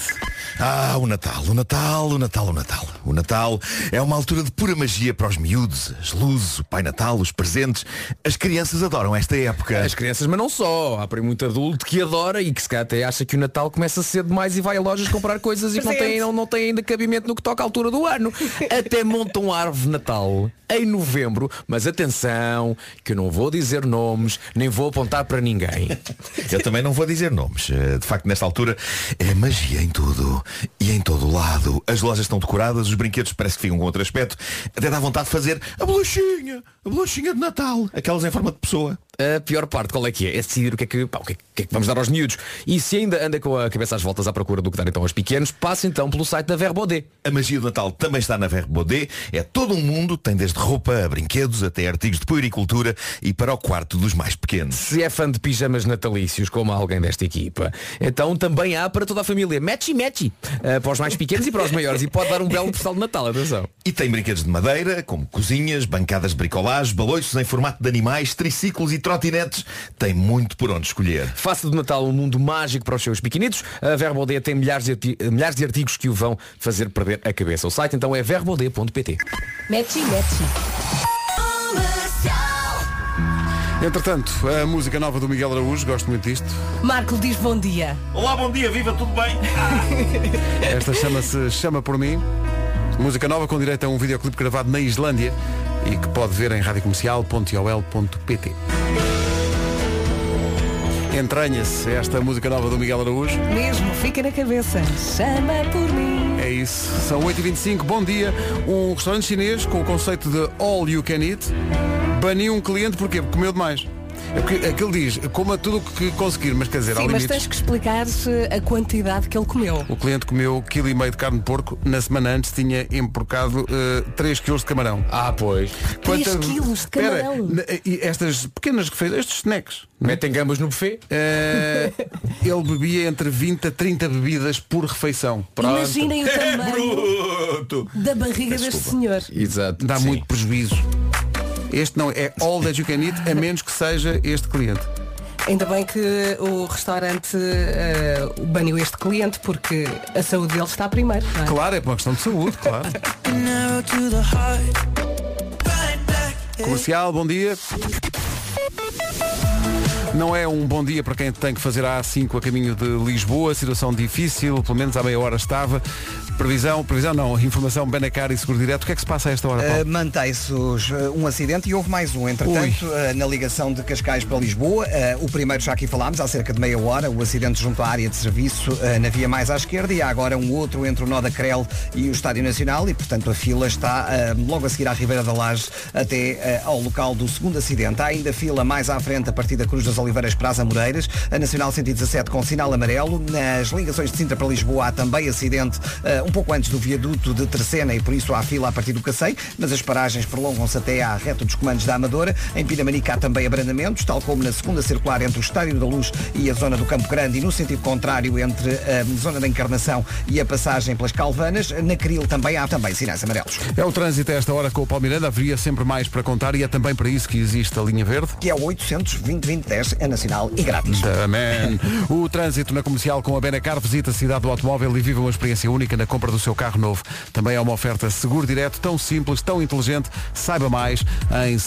Speaker 12: Ah, o Natal, o Natal, o Natal, o Natal. O Natal é uma altura de pura magia para os miúdos, as luzes, o Pai Natal, os presentes. As crianças adoram esta época.
Speaker 8: As crianças, mas não só. Há para muito adulto que adora e que se calhar até acha que o Natal começa cedo demais e vai a lojas comprar coisas e
Speaker 3: é
Speaker 8: que não tem,
Speaker 7: Presentes.
Speaker 8: não, não tem ainda cabimento no que toca à altura do ano. Até montam árvore de Natal em novembro, mas atenção, que eu não vou dizer nomes, nem vou apontar para ninguém.
Speaker 12: [laughs] Eu também não vou dizer nomes. Eh, De facto, nesta altura é magia em tudo e em todo o lado. As lojas estão decoradas, os brinquedos parece que ficam com outro aspecto. Até dá vontade de fazer a bolachinha, a bolachinha de Natal. Aquelas em forma de pessoa.
Speaker 8: A pior parte, qual é que é? É decidir o que é que, pá, o que é que- o que é que vamos dar aos miúdos. E se ainda anda com a cabeça às voltas à procura do que dar então aos pequenos, passa então pelo site da Verbodê.
Speaker 12: A magia do Natal também está na Verbodê. É todo um mundo, tem desde roupa a brinquedos até artigos de puericultura e para o quarto dos mais pequenos.
Speaker 8: Se é fã de pijamas natalícios, como alguém desta equipa, então também há para toda a família. Matchy, matchy. Ah, para os mais pequenos e para os maiores. E pode dar um belo postal de Natal, atenção.
Speaker 12: E tem brinquedos de madeira, como cozinhas, bancadas de bricolage, baloiços em formato de animais, triciclos e trotinetes. Tem muito por onde escolher.
Speaker 8: Faça do Natal um mundo mágico para os seus pequenitos. A Verbodê tem milhares de, arti- milhares de artigos que o vão fazer perder a cabeça. O site então é verbodê.pt.
Speaker 11: Mete, mete.
Speaker 1: Entretanto, a música nova do Miguel Araújo, gosto muito disto
Speaker 3: Marco diz bom dia.
Speaker 13: Olá, bom dia, viva, tudo bem?
Speaker 1: Esta chama-se Chama Por Mim Música nova com direito a um videoclipe gravado na Islândia E que pode ver em radiocomercial.iol.pt Entranha-se esta música nova do Miguel Araújo
Speaker 3: Mesmo, fica na cabeça. Chama por mim.
Speaker 1: É isso, são 8h25, bom dia. Um restaurante chinês com o conceito de All You Can Eat baniu um cliente porquê? porque comeu demais. É porque aquele diz, coma tudo o que conseguir, mas quer dizer,
Speaker 8: É
Speaker 1: há
Speaker 3: Sim, mas
Speaker 1: limites.
Speaker 3: tens que explicar se a quantidade que ele comeu.
Speaker 1: O cliente comeu quilo e meio de carne de porco, na semana antes tinha emporcado 3 quilos de camarão.
Speaker 8: Ah, pois.
Speaker 7: Três quilos de camarão?
Speaker 1: e estas pequenas refeições, estes snacks. é? Eh,
Speaker 8: Metem gambas no buffet?
Speaker 1: ele bebia entre 20 a 30 bebidas por refeição.
Speaker 3: Imaginem o
Speaker 8: É
Speaker 3: tamanho da barriga deste senhor.
Speaker 8: Exato.
Speaker 1: Dá muito prejuízo. Este não é all that you can eat, a menos que seja este cliente.
Speaker 3: Ainda bem que o restaurante eh, baniu este cliente porque a saúde dele está primeiro. não é?
Speaker 1: Claro, é por uma questão de saúde, claro. Comercial, bom dia. Não é um bom dia para quem tem que fazer a A5 a caminho de Lisboa, situação difícil, pelo menos à meia hora estava. Previsão, previsão não, informação Benacar e Seguro Direto. O que é que se passa a esta hora, Paulo?
Speaker 4: Uh, Mantém-se os, uh, um acidente e houve mais um, entretanto, uh, na ligação de Cascais para Lisboa. Uh, o primeiro já aqui falámos, há cerca de meia hora, o acidente junto à área de serviço uh, na via mais à esquerda e há agora um outro entre o Nó da Crel e o Estádio Nacional e, portanto, a fila está uh, logo a seguir à Ribeira da Laje até uh, ao local do segundo acidente. Há ainda fila mais à frente a partir da Cruz das Oliveiras para as Amoreiras, a Nacional 117 com sinal amarelo. Nas ligações de Sintra para Lisboa há também acidente eh, um pouco antes do viaduto de Tercena e por isso há fila a partir do Cacém, mas as paragens prolongam-se até à reta dos comandos da Amadora. Em Pinamanica há também abrandamentos, tal como na segunda circular entre o Estádio da Luz e a zona do Campo Grande e no sentido contrário entre a zona da Encarnação e a passagem pelas Calvanas. Na Cril também há também sinais amarelos.
Speaker 1: É o trânsito a esta hora com o Palmeiranda, haveria sempre mais para contar e é também para isso que existe a linha verde.
Speaker 4: Que é o 800 2010 é nacional e grátis.
Speaker 1: Amém. O trânsito na comercial com a Benacar visita a cidade do automóvel e vive uma experiência única na compra do seu carro novo. Também é uma oferta seguro direto, tão simples, tão inteligente. Saiba mais em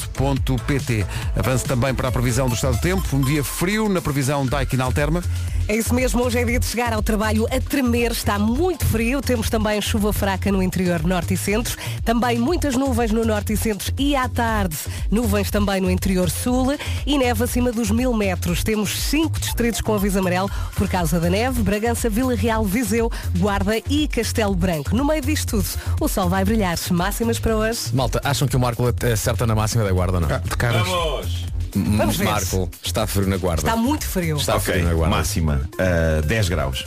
Speaker 1: segurodireto.pt. Avance também para a previsão do estado do tempo. Um dia frio na previsão Daikin Alterma.
Speaker 3: É isso mesmo, hoje é dia de chegar ao trabalho a tremer, está muito frio, temos também chuva fraca no interior norte e centro, também muitas nuvens no norte e centro e à tarde nuvens também no interior sul e neve acima dos mil metros. Temos cinco distritos com aviso amarelo por causa da neve, Bragança, Vila Real, Viseu, Guarda e Castelo Branco. No meio disto tudo, o sol vai brilhar. Máximas para hoje?
Speaker 8: Malta, acham que o Marco acerta na máxima da guarda, não? De
Speaker 1: caras.
Speaker 8: Vamos!
Speaker 3: Vamos ver se-
Speaker 8: Marco, está frio na guarda.
Speaker 3: Está muito frio.
Speaker 8: Está
Speaker 12: Ok,
Speaker 8: frio na guarda.
Speaker 12: Máxima, ah, 10 graus.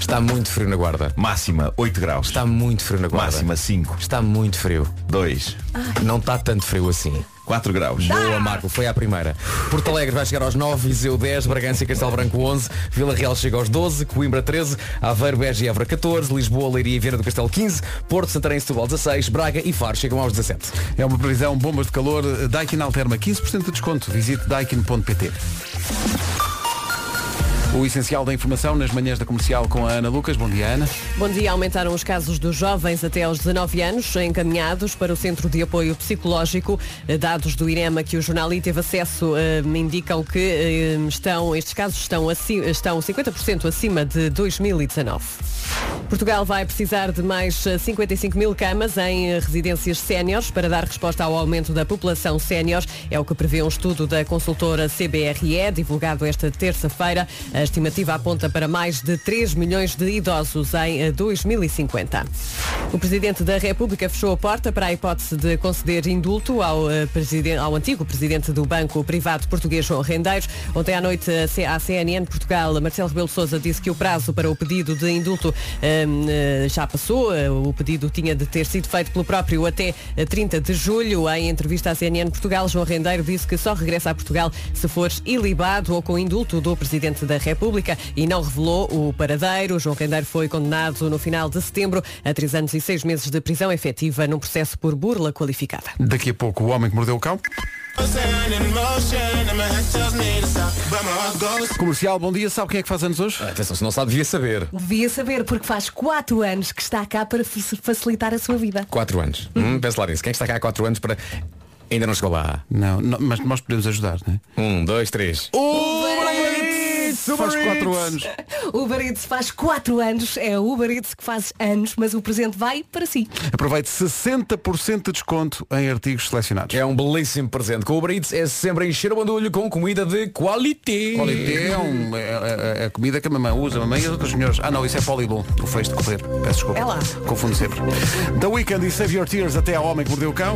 Speaker 8: Está muito frio na guarda.
Speaker 12: Máxima, 8 graus.
Speaker 8: Está muito frio na guarda.
Speaker 12: Máxima, 5.
Speaker 8: Está muito frio.
Speaker 12: 2.
Speaker 8: Não está tanto frio assim.
Speaker 12: 4 graus.
Speaker 8: Boa, Marco, foi à primeira. Porto Alegre vai chegar aos 9, Viseu 10, Bragança e Castelo Branco 11, Vila Real chega aos 12, Coimbra 13, Aveiro, Beja e Évora 14, Lisboa, Leiria e Vieira do Castelo 15, Porto, Santarém e Setúbal 16, Braga e Faro chegam aos 17.
Speaker 1: É uma previsão, bombas de calor, Daikin Alterma, 15% de desconto. Visite daikin.pt. O essencial da informação nas manhãs da comercial com a Ana Lucas. Bom dia, Ana.
Speaker 13: Bom dia. Aumentaram os casos dos jovens até aos 19 anos, encaminhados para o Centro de Apoio Psicológico. Dados do IREMA que o jornal I teve acesso eh, me indicam que eh, estão, estes casos estão, acima, estão 50% acima de 2019. Portugal vai precisar de mais eh, 55 mil camas em eh, residências séniores para dar resposta ao aumento da população sénior. É o que prevê um estudo da consultora CBRE, divulgado esta terça-feira. A estimativa aponta para mais de 3 milhões de idosos em eh, 2050. O Presidente da República fechou a porta para a hipótese de conceder indulto ao, eh, presiden- ao antigo Presidente do Banco Privado Português, João Rendeiros. Ontem à noite, a C- à CNN Portugal, Marcelo Rebelo de Sousa disse que o prazo para o pedido de indulto eh, eh, já passou. Eh, O pedido tinha de ter sido feito pelo próprio até eh, 30 de julho. Em entrevista à CNN Portugal, João Rendeiro disse que só regressa a Portugal se for ilibado ou com indulto do Presidente da República e não revelou o paradeiro. João Rendeiro foi condenado no final de setembro a três anos e seis meses de prisão efetiva num processo por burla qualificada.
Speaker 1: Daqui a pouco, o homem que mordeu o cão. Comercial, bom dia. Sabe quem é que faz anos hoje?
Speaker 8: Atenção, se não sabe, devia saber.
Speaker 3: Devia saber, porque faz 4 anos que está cá para fa- facilitar a sua vida.
Speaker 8: 4 anos. Hum, pensa lá nisso. Quem está cá há 4 anos para. Ainda não chegou lá.
Speaker 1: Não, não, mas nós podemos ajudar, não
Speaker 8: é? Um, dois, três.
Speaker 1: Faz quatro anos.
Speaker 3: O Uber Eats faz 4 anos, é o Uber Eats que faz anos, mas o presente vai para si.
Speaker 1: Aproveite 60% de desconto em artigos selecionados.
Speaker 8: É um belíssimo presente. Com o Uber Eats é sempre encher o bandulho com comida de qualité.
Speaker 1: Qualité é, um, é- é- é a comida que a mamãe usa, a mamãe e as outras senhores. Ah não, isso é polilon, o feixe de correr. Peço desculpa.
Speaker 7: É lá.
Speaker 1: Confundo sempre. The Weekend e Save Your Tears até ao homem que mordeu o cão.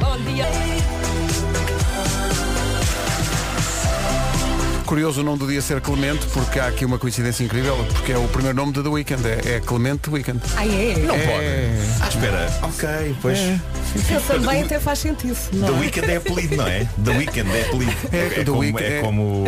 Speaker 1: Curioso o nome do dia ser Clemente, porque há aqui uma coincidência incrível, porque é o primeiro nome de The Weekend, é, é Clemente Weekend.
Speaker 3: Ah, é? Não
Speaker 12: pode. Ah, espera. Ok, pois.
Speaker 3: Eu também até faz sentido. não
Speaker 12: The
Speaker 3: é?
Speaker 12: Weekend é apelido, não é? The Weekend é apelido.
Speaker 1: É, The
Speaker 12: como,
Speaker 1: Weeknd
Speaker 12: é
Speaker 1: é-
Speaker 12: como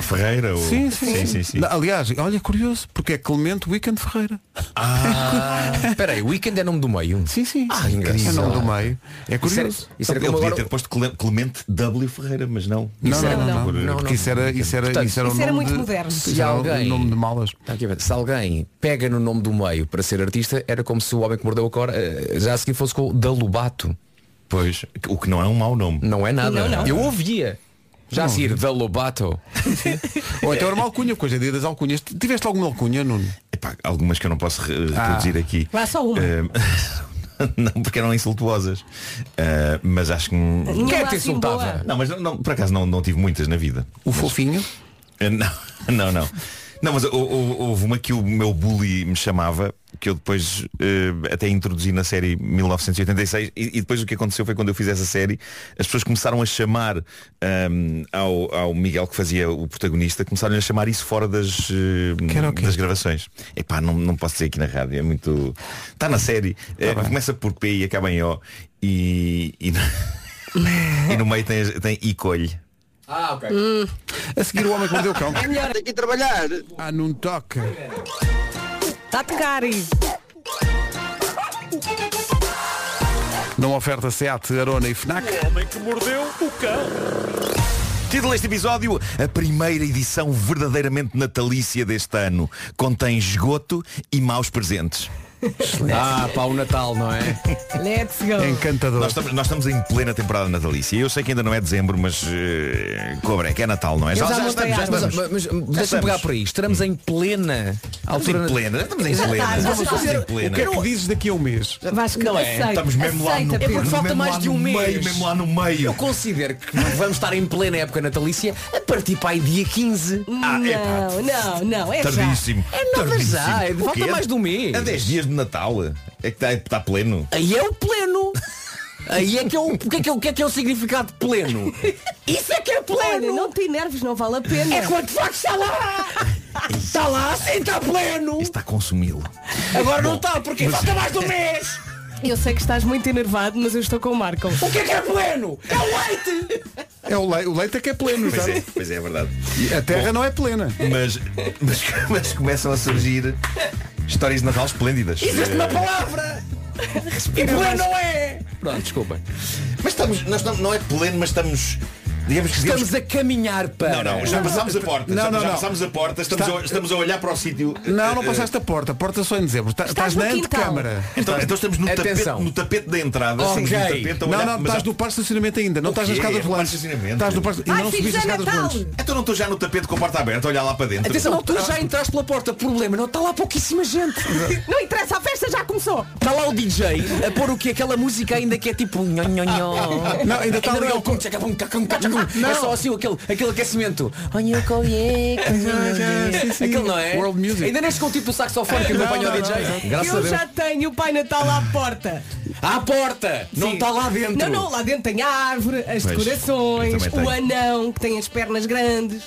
Speaker 12: Ferreira. Ou...
Speaker 1: Sim, sim.
Speaker 12: sim, sim.
Speaker 1: Na- Aliás, olha, curioso, porque é Clemente Weekend Ferreira.
Speaker 8: Ah, espera aí, Weekend é nome do meio?
Speaker 1: Sim, sim.
Speaker 8: Ah, engraçado.
Speaker 1: É nome do meio. É curioso.
Speaker 12: Ele podia ter posto Cle- Clemente W. Ferreira, mas não.
Speaker 1: Não,
Speaker 12: Isso era
Speaker 1: não,
Speaker 12: um
Speaker 1: não,
Speaker 12: por-
Speaker 1: não, porque isso era, isso era,
Speaker 8: Portanto,
Speaker 1: isso era, o
Speaker 8: isso era
Speaker 1: nome
Speaker 8: muito
Speaker 1: de-
Speaker 8: moderno.
Speaker 1: isso
Speaker 8: Se
Speaker 1: era o
Speaker 8: alguém-
Speaker 1: nome de malas.
Speaker 8: Está Tá aqui a ver. Se alguém pega no nome do meio para ser artista, era como se o homem que mordeu a cor eh, já a seguir fosse com o Dalubato.
Speaker 12: Pois, o que não é um mau nome.
Speaker 8: Não é
Speaker 1: Não,
Speaker 8: nada.
Speaker 1: não.
Speaker 8: Eu ouvia. Já a
Speaker 1: Não.
Speaker 8: seguir Dalubato.
Speaker 1: Ou então era uma alcunha, porque hoje é dia das alcunhas. Tiveste alguma alcunha, Nuno?
Speaker 12: Epá, algumas que eu não posso re-
Speaker 1: Ah.
Speaker 12: reproduzir aqui.
Speaker 1: Lá só uma.
Speaker 12: Eh, [laughs] não, porque eram insultuosas. Eh, mas acho que.
Speaker 1: Nenhuma Quem é que te assim insultava? boa.
Speaker 12: Não, mas não, não, por acaso não, não tive muitas na vida.
Speaker 1: O fofinho?
Speaker 12: Eh, Não, [laughs] não, não. Não, mas hou- hou- houve uma que o meu bully me chamava, que eu depois eh, até introduzi na série 1986, e, e depois o que aconteceu foi quando eu fiz essa série, as pessoas começaram a chamar ahm, ao, ao Miguel, que fazia o protagonista, começaram a chamar isso fora das, eh, das gravações. Epá, não, não posso dizer aqui na rádio, é muito. Está na série. Eh, começa por P e acaba em O. E, e, no- e no meio tem, tem e colhe.
Speaker 8: Ah, ok.
Speaker 1: A seguir o homem que mordeu o cão.
Speaker 7: É
Speaker 13: melhor.
Speaker 1: Tem que trabalhar. Ah, não toca.
Speaker 13: Está Tá a tocar e...
Speaker 1: Não oferta SEAT, Arona e FNAC.
Speaker 7: O homem que mordeu o cão.
Speaker 12: Título deste episódio, a primeira edição verdadeiramente natalícia deste ano. Contém esgoto e maus presentes.
Speaker 8: Ah, pá, o Natal, não [laughs] é?
Speaker 12: Então
Speaker 13: Let's go.
Speaker 1: Encantador.
Speaker 12: Nós estamos, nós estamos em plena temporada natalícia. Eu sei que ainda não é dezembro, mas eh, cobra, é que é Natal, não é?
Speaker 8: Mas, mas, mas
Speaker 12: Já
Speaker 8: deixa-me
Speaker 12: estamos.
Speaker 8: pegar por aí. Estaremos em plena altura.
Speaker 12: em plena, estamos em
Speaker 8: Já
Speaker 12: plena.
Speaker 8: está, já
Speaker 12: Estamos
Speaker 8: está.
Speaker 12: em plena.
Speaker 8: O que é que
Speaker 1: dizes daqui a um mês?
Speaker 13: Vasco,
Speaker 8: não é?
Speaker 13: aceita, Estamos mesmo lá no- aceita,
Speaker 8: É porque
Speaker 13: Pedro.
Speaker 8: falta
Speaker 13: mesmo
Speaker 8: mais
Speaker 13: lá
Speaker 8: de um
Speaker 13: no
Speaker 8: mês.
Speaker 13: meio, mesmo lá
Speaker 12: no meio.
Speaker 8: Eu considero que vamos estar em plena época natalícia a partir para aí dia 15.
Speaker 13: Ah, não, não, não, é
Speaker 12: Tardíssimo.
Speaker 13: já. É não, mas
Speaker 12: tardíssimo.
Speaker 13: já, é,
Speaker 12: O
Speaker 13: falta
Speaker 12: quê?
Speaker 13: mais de um mês.
Speaker 12: A 10 dias de Natal. É que está está pleno.
Speaker 8: Aí é o pleno. Aí é que é o, o que é que é, o que é que é o significado de pleno? Isso é que é pleno!
Speaker 3: não te enerves, não vale a pena.
Speaker 8: É quando de facto está lá! Está lá, sim, está pleno!
Speaker 12: Está a consumi-lo.
Speaker 8: Agora
Speaker 12: Bom,
Speaker 8: não está, porque
Speaker 12: mas-
Speaker 8: falta mais de um mês!
Speaker 3: Eu sei que estás muito enervado, mas eu estou com o Marco.
Speaker 7: O que é que é pleno? É o leite!
Speaker 1: É o, le o leite é que é pleno,
Speaker 12: Pois
Speaker 1: sabe?
Speaker 12: é, pois é, é verdade.
Speaker 1: E a terra não é plena.
Speaker 12: Mas, mas, mas começam a surgir histórias de Natal esplêndidas.
Speaker 7: Existe uma palavra! E pleno não é!
Speaker 12: Pronto, desculpem. Mas estamos, nós estamos, não é pleno, mas estamos. Digamos que
Speaker 8: Estamos a caminhar para.
Speaker 12: Não, não, já passámos a porta.
Speaker 1: Não,
Speaker 12: já,
Speaker 1: não,
Speaker 12: já
Speaker 1: não.
Speaker 12: passámos a porta, estamos,
Speaker 1: Está-
Speaker 12: a, estamos a olhar para o sítio.
Speaker 1: Não,
Speaker 12: eh,
Speaker 1: não
Speaker 12: eh,
Speaker 1: passaste a porta. A porta só em dezembro. Tá- Estás
Speaker 3: no
Speaker 1: na
Speaker 3: quintal.
Speaker 1: antecâmara.
Speaker 12: Então, então estamos no tapete,
Speaker 8: Atenção.
Speaker 12: no tapete da entrada. estamos no
Speaker 8: Ok.
Speaker 12: tapete a
Speaker 1: Não,
Speaker 12: olhar,
Speaker 1: não,
Speaker 12: Então, mas
Speaker 1: estás
Speaker 12: já-
Speaker 1: no parque de estacionamento ainda. Não
Speaker 12: O
Speaker 1: estás nas
Speaker 12: quê? É
Speaker 1: escadas
Speaker 12: um
Speaker 1: volantes.
Speaker 12: estacionamento.
Speaker 1: Estás no parque e não subiste as escadas volantes.
Speaker 12: Então não estou já no tapete com a porta aberta, a olhar lá para dentro.
Speaker 8: Atenção, tu já entraste pela porta, problema, não está lá pouquíssima gente.
Speaker 3: Não interessa, a festa já começou.
Speaker 8: Está Tá lá o DJ a pôr o que aquela música ainda que é tipo nho, nho, nho.
Speaker 1: Não, ainda está
Speaker 8: não
Speaker 1: ali
Speaker 8: é o
Speaker 1: o-
Speaker 8: cum, tchaca, bum, cacum, cacum. É só assim aquele, aquele aquecimento. Olha o colhê, colhê.
Speaker 1: Sim, sim.
Speaker 8: Aquele não é?
Speaker 1: World music.
Speaker 8: Ainda nem chegou o tipo do saxofone que
Speaker 1: Não,
Speaker 8: acompanha o
Speaker 1: não,
Speaker 8: DJ.
Speaker 1: não,
Speaker 8: Graças a
Speaker 3: eu
Speaker 8: Deus.
Speaker 3: já tenho o Pai Natal à porta.
Speaker 8: À porta! Não
Speaker 3: Sim.
Speaker 8: está lá dentro.
Speaker 3: Não, não, lá dentro tem a árvore, as
Speaker 12: Pois, eu
Speaker 3: decorações,
Speaker 12: também tenho.
Speaker 3: o anão que tem as pernas grandes.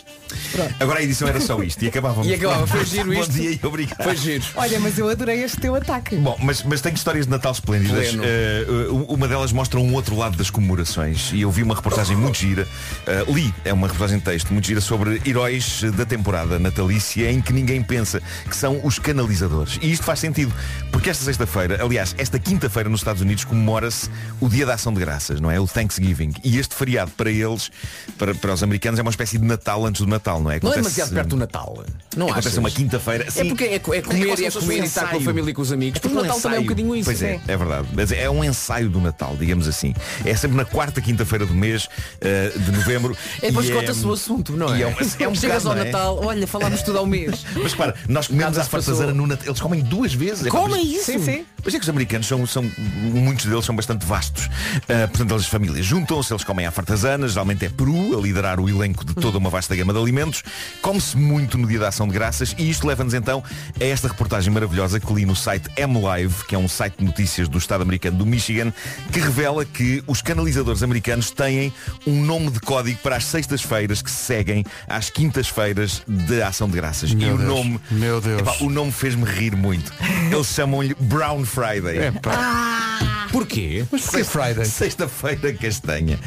Speaker 12: Agora a edição era só isto e acabávamos.
Speaker 8: E acabava, foi giro isto.
Speaker 12: Bom dia e obrigado.
Speaker 8: Foi giro.
Speaker 3: Olha, mas eu adorei este teu ataque.
Speaker 12: Bom, mas, mas tenho histórias de Natal esplêndidas.
Speaker 8: Pleno.
Speaker 12: Eh, eh, uma delas mostra um outro lado das comemorações. E eu vi uma reportagem muito gira. eh, li, é uma reportagem de texto muito gira sobre heróis da temporada natalícia em que ninguém pensa, que são os canalizadores. E isto faz sentido, porque esta sexta-feira, aliás, esta quinta-feira nos Estados Unidos comemora-se o Dia da Ação de Graças, não é? O Thanksgiving. E este feriado para eles, para, para os americanos, é uma espécie de Natal antes do Natal, não é?
Speaker 8: Não é
Speaker 12: Acontece-
Speaker 8: demasiado perto do Natal. Não
Speaker 12: Acontece
Speaker 8: achas?
Speaker 12: uma quinta-feira.
Speaker 8: É
Speaker 12: Sim.
Speaker 8: porque é, co- é comer e é
Speaker 12: como se fosse um
Speaker 8: comer e estar com a
Speaker 12: ensaio.
Speaker 8: família e com os amigos. Porque o
Speaker 12: tipo um
Speaker 8: Natal também é um
Speaker 12: ensaio.
Speaker 8: bocadinho isso.
Speaker 12: Pois é, é verdade. Mas é um ensaio do Natal, digamos assim. É sempre na quarta quinta-feira do mês, eh, de novembro.
Speaker 8: É depois
Speaker 12: E
Speaker 8: conta-se o assunto, não é?
Speaker 12: e é um- é um
Speaker 8: Chegas
Speaker 12: bocado,
Speaker 8: ao
Speaker 12: não é?
Speaker 8: Natal, olha, falámos tudo ao
Speaker 13: [laughs]
Speaker 8: mês.
Speaker 12: Mas para, nós comemos
Speaker 8: Nada
Speaker 12: à
Speaker 8: se passou.
Speaker 12: fartazana no Natal. Eles comem duas vezes. É pá,
Speaker 8: Comem
Speaker 12: mas-
Speaker 8: isso?
Speaker 3: Sim, sim.
Speaker 12: Mas é que os americanos são, são muitos deles são bastante vastos. Ah, portanto, eles as famílias juntam-se, eles comem à fartazana, geralmente é Peru, a liderar o elenco de toda uma vasta gama de alimentos. Come-se muito no dia da ação de graças e isto leva-nos então a esta reportagem maravilhosa que li no site MLive, que é um site de notícias do Estado americano do Michigan, que revela que os canalizadores americanos têm um nome de código para as sextas-feiras que se seguem às quintas-feiras de ação de graças. e
Speaker 1: Meu
Speaker 12: o
Speaker 1: Deus.
Speaker 12: nome.
Speaker 1: Meu Deus.
Speaker 12: Epá, o nome fez-me rir muito. Eles chamam-lhe Brown Friday.
Speaker 1: É pá.
Speaker 8: Porquê?
Speaker 1: Mas porquê
Speaker 12: Sexta-
Speaker 1: Friday?
Speaker 12: Sexta-feira castanha.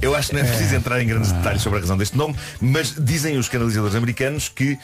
Speaker 12: Eu acho que não é preciso entrar em
Speaker 1: Ah.
Speaker 12: grandes detalhes sobre a razão deste nome, mas dizem os canalizadores americanos que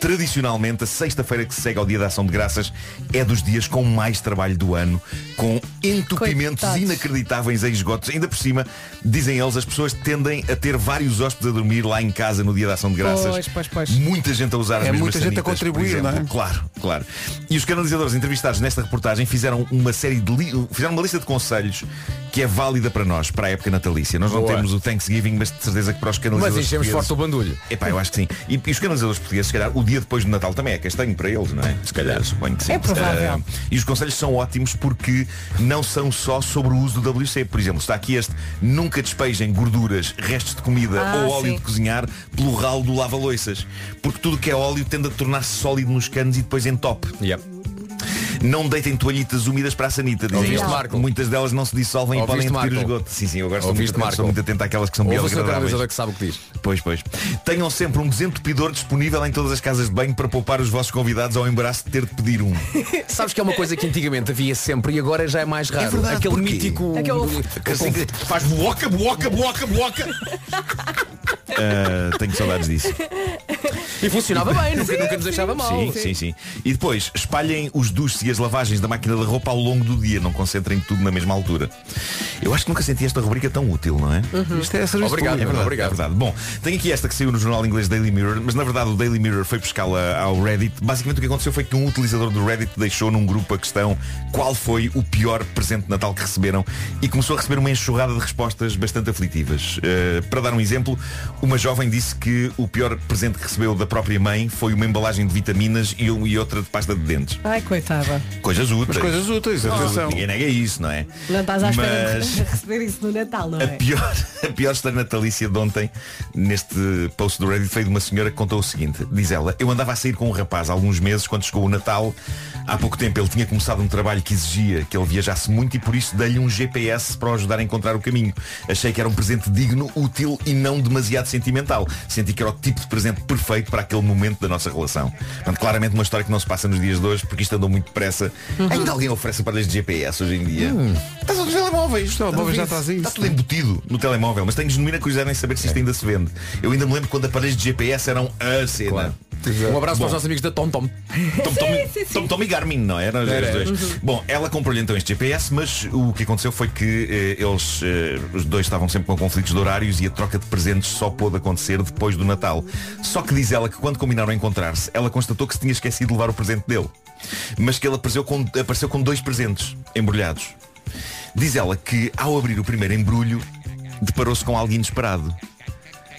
Speaker 12: tradicionalmente a sexta-feira que se segue ao dia da ação de graças é dos dias com mais trabalho do ano, com entupimentos
Speaker 3: Coitados.
Speaker 12: inacreditáveis em esgotos. Ainda por cima, dizem eles, as pessoas tendem a ter vários hóspedes a dormir lá em casa no dia da ação de graças.
Speaker 3: Pois, pois, pois.
Speaker 12: Muita gente a usar as
Speaker 1: É
Speaker 12: mesmas
Speaker 1: muita gente a
Speaker 12: sanitas, por
Speaker 1: contribuir,
Speaker 12: exemplo.
Speaker 1: não é?
Speaker 12: Claro, claro. E os canalizadores entrevistados nesta reportagem fizeram uma série de li- fizeram uma lista de conselhos que é válida para nós, para a época natalícia. Nós não
Speaker 8: Boa.
Speaker 12: temos o Thanksgiving, mas de certeza que para os canalizadores.
Speaker 8: Mas enchemos
Speaker 12: portugueses-
Speaker 8: forte o bandulho.
Speaker 12: Epá, eu acho que sim. E, e os canalizadores portugueses, se calhar, o dia depois do Natal também é castanho para eles, não é? Se calhar, suponho que sim.
Speaker 3: É provável.
Speaker 12: Ah, e os conselhos são ótimos porque não são só sobre o uso do WC. Por exemplo, está aqui este, nunca despejem gorduras, restos de comida
Speaker 3: Ah,
Speaker 12: ou óleo
Speaker 3: sim.
Speaker 12: de cozinhar pelo ralo do lava-loiças. Porque tudo que é óleo tende a tornar-se sólido nos canos e depois entope. Não deitem toalhitas úmidas para a sanita, dizem
Speaker 8: Ouviste,
Speaker 12: eles.
Speaker 8: Marco?
Speaker 12: Muitas delas não se dissolvem
Speaker 8: Ouviste,
Speaker 12: e podem entupir o
Speaker 8: Marco?
Speaker 12: esgoto. Sim, sim, eu gosto
Speaker 8: Ouviste,
Speaker 12: muito, sou
Speaker 8: Marco?
Speaker 12: muito atento àquelas que são
Speaker 8: Ouve o seu
Speaker 12: biodegradáveis.
Speaker 8: canalizador que sabe o que diz.
Speaker 12: Pois, pois. Tenham sempre um desentupidor disponível em todas as casas de banho para poupar os vossos convidados ao embaraço de ter de pedir um.
Speaker 8: Sabes que é uma coisa que antigamente havia sempre e agora já é mais raro.
Speaker 12: verdade,
Speaker 8: Aquele
Speaker 12: porquê?
Speaker 8: mítico.
Speaker 3: Aquele-
Speaker 12: Que assim que faz boca, boca, boca,
Speaker 8: [laughs]
Speaker 12: boca. Ah, tenho saudades disso.
Speaker 8: E funcionava bem, nunca, nunca nos deixava mal.
Speaker 12: Sim, sim, sim. E depois, espalhem os duches e as lavagens da máquina da roupa ao longo do dia, não concentrem tudo na mesma altura. Eu acho que nunca senti esta rubrica tão útil, não é?
Speaker 1: Isto é serviço
Speaker 8: Uhum. Obrigado,
Speaker 12: É
Speaker 1: público.
Speaker 12: verdade,
Speaker 8: obrigado.
Speaker 12: é verdade. Bom, tem aqui esta que saiu no jornal inglês Daily Mirror, mas na verdade o Daily Mirror foi pescá-la ao Reddit. Basicamente o que aconteceu foi que um utilizador do Reddit deixou num grupo a questão qual foi o pior presente de Natal que receberam e começou a receber uma enxurrada de respostas bastante aflitivas. Eh, para dar um exemplo, uma jovem disse que o pior presente que recebeu da própria mãe foi uma embalagem de vitaminas e, um- e outra de pasta de dentes.
Speaker 3: Ai, coitada.
Speaker 12: Coisas úteis.
Speaker 1: Mas coisas úteis, atenção.
Speaker 12: Ninguém nega isso, não é?
Speaker 3: Não estás à espera
Speaker 12: Mas-
Speaker 3: de [laughs] receber isso no Natal, não
Speaker 12: a
Speaker 3: é?
Speaker 12: pior, [laughs] a pior história natalícia de ontem, neste post do Reddit, foi de uma senhora que contou o seguinte. Diz ela, eu andava a sair com um rapaz há alguns meses, quando chegou o Natal, há pouco tempo ele tinha começado um trabalho que exigia que ele viajasse muito e por isso dei-lhe um GPS para o ajudar a encontrar o caminho. Achei que era um presente digno, útil e não demasiado sentimental. Senti que era o tipo de presente perfeito para para aquele momento da nossa relação. Portanto, claramente uma história que não se passa nos dias de hoje, porque isto andou muito depressa. Ainda alguém oferece aparelhos de GPS hoje em dia.
Speaker 1: Estás a telemóveis. Os telemóveis já
Speaker 12: Está
Speaker 1: estás aí.
Speaker 12: tudo embutido no telemóvel, mas tenho genuína curiosidade em saber se isto ainda se vende. Eu ainda me lembro quando aparelhos de GPS eram a cena.
Speaker 8: Um abraço para os
Speaker 12: Bom,
Speaker 8: nossos amigos da TomTom.
Speaker 12: Tom Tom, Tom, Tom e Garmin, não é? Eram os
Speaker 8: Era.
Speaker 12: dois.
Speaker 8: Uhum.
Speaker 12: Bom, ela comprou-lhe então este GPS, mas o que aconteceu foi que eh, eles, eh, os dois estavam sempre com conflitos de horários e a troca de presentes só pôde acontecer depois do Natal. Só que diz ela que quando combinaram encontrar-se, ela constatou que se tinha esquecido de levar o presente dele. Mas que ele apareceu com, apareceu com dois presentes embrulhados. Diz ela que ao abrir o primeiro embrulho, deparou-se com algo inesperado.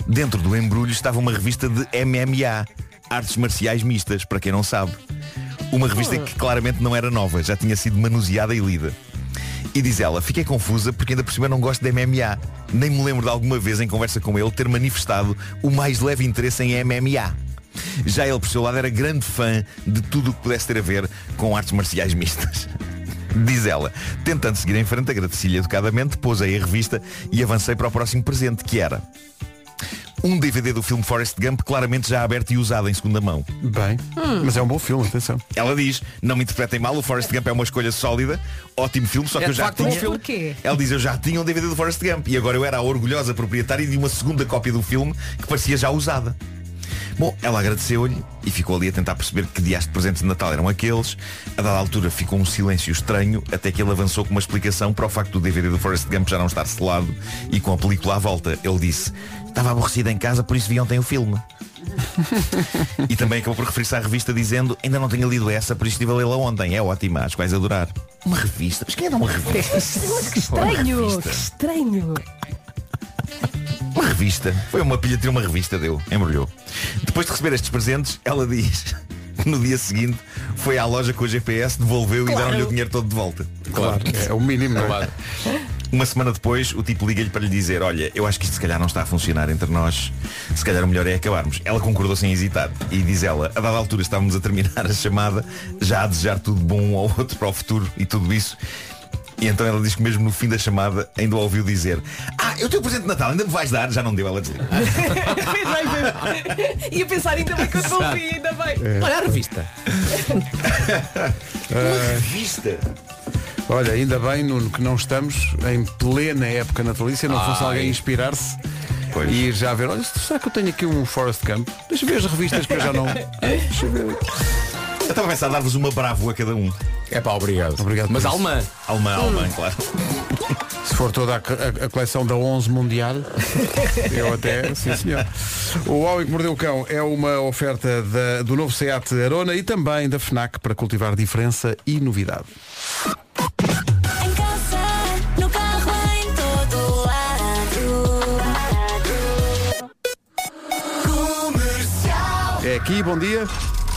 Speaker 12: Dentro do embrulho estava uma revista de MMA, Artes Marciais Mistas, para quem não sabe. Uma revista que claramente não era nova, já tinha sido manuseada e lida. E diz ela, fiquei confusa porque ainda por cima não gosto de MMA. Nem me lembro de alguma vez em conversa com ele ter manifestado o mais leve interesse em MMA. Já ele, por seu lado, era grande fã de tudo o que pudesse ter a ver com artes marciais mistas. [laughs] Diz ela, tentando seguir em frente, agradeci-lhe educadamente, posei a revista e avancei para o próximo presente, que era um DVD do filme Forrest Gump claramente já aberto e usado em segunda mão.
Speaker 1: Bem,
Speaker 12: Hum.
Speaker 1: mas é um bom filme, atenção.
Speaker 12: Ela diz, não me interpretem mal, o Forrest Gump é uma escolha sólida, ótimo filme, só que
Speaker 13: É
Speaker 12: eu
Speaker 13: de
Speaker 12: já
Speaker 13: facto um
Speaker 12: tinha.
Speaker 13: bom filme. Porquê?
Speaker 12: Ela diz, eu já tinha um DVD do Forrest Gump e agora eu era a orgulhosa proprietária de uma segunda cópia do filme que parecia já usada. Bom, ela agradeceu-lhe e ficou ali a tentar perceber que dias de presentes de Natal eram aqueles. A dada altura ficou um silêncio estranho até que ele avançou com uma explicação para o facto do DVD do Forrest Gump já não estar selado e com a película à volta. Ele disse, estava aborrecido em casa, por isso vi ontem o filme. E também acabou por referir-se à revista dizendo Ainda não tinha lido essa, por isso estive a lê-la ontem É ótima, acho que vais adorar Uma revista? Mas quem dá uma revista?
Speaker 3: [laughs] que estranho, que estranho.
Speaker 12: Uma revista Foi uma pilha de uma revista, deu, embrulhou Depois de receber estes presentes, ela diz [laughs] que No dia seguinte foi à loja com o GPS Devolveu e deram-lhe o dinheiro todo de volta
Speaker 1: Claro, é o mínimo, não é?
Speaker 12: Uma semana depois, o tipo liga-lhe para lhe dizer Olha, eu acho que isto se calhar não está a funcionar entre nós Se calhar o melhor é acabarmos Ela concordou sem hesitar E diz ela, a dada altura estávamos a terminar a chamada Já a desejar tudo bom um ao outro para o futuro E tudo isso E então ela diz que mesmo no fim da chamada Ainda o ouviu dizer Ah, eu tenho presente de Natal, ainda me vais dar Já não deu, ela desliga
Speaker 3: Ia pensar ainda bem que eu não vi, ainda bem.
Speaker 12: É. Olha a
Speaker 8: revista.
Speaker 1: Ah,
Speaker 12: Revista
Speaker 1: olha, ainda bem, Nuno, que não estamos em plena época natalícia, não fosse
Speaker 12: Ai.
Speaker 1: alguém inspirar-se e já ver, olha, será que eu tenho aqui um Forest Camp? Deixa eu ver as revistas que eu
Speaker 12: [laughs]
Speaker 1: já não. Deixa eu ver.
Speaker 12: Eu estava a pensar a dar-vos uma bravo a cada um
Speaker 8: É pá, obrigado,
Speaker 1: obrigado
Speaker 8: Mas
Speaker 1: por isso.
Speaker 8: alemã
Speaker 12: Alemã,
Speaker 1: Hum.
Speaker 12: alemã, claro
Speaker 1: Se for toda a, a- a coleção da 11
Speaker 8: [laughs]
Speaker 1: Mundial, eu até, sim senhor. O Homem que Mordeu o Cão é uma oferta da- do novo SEAT Arona e também da FNAC para cultivar diferença e novidade.
Speaker 7: Em casa, no carro, em todo lado. Comercial.
Speaker 1: É aqui, bom dia.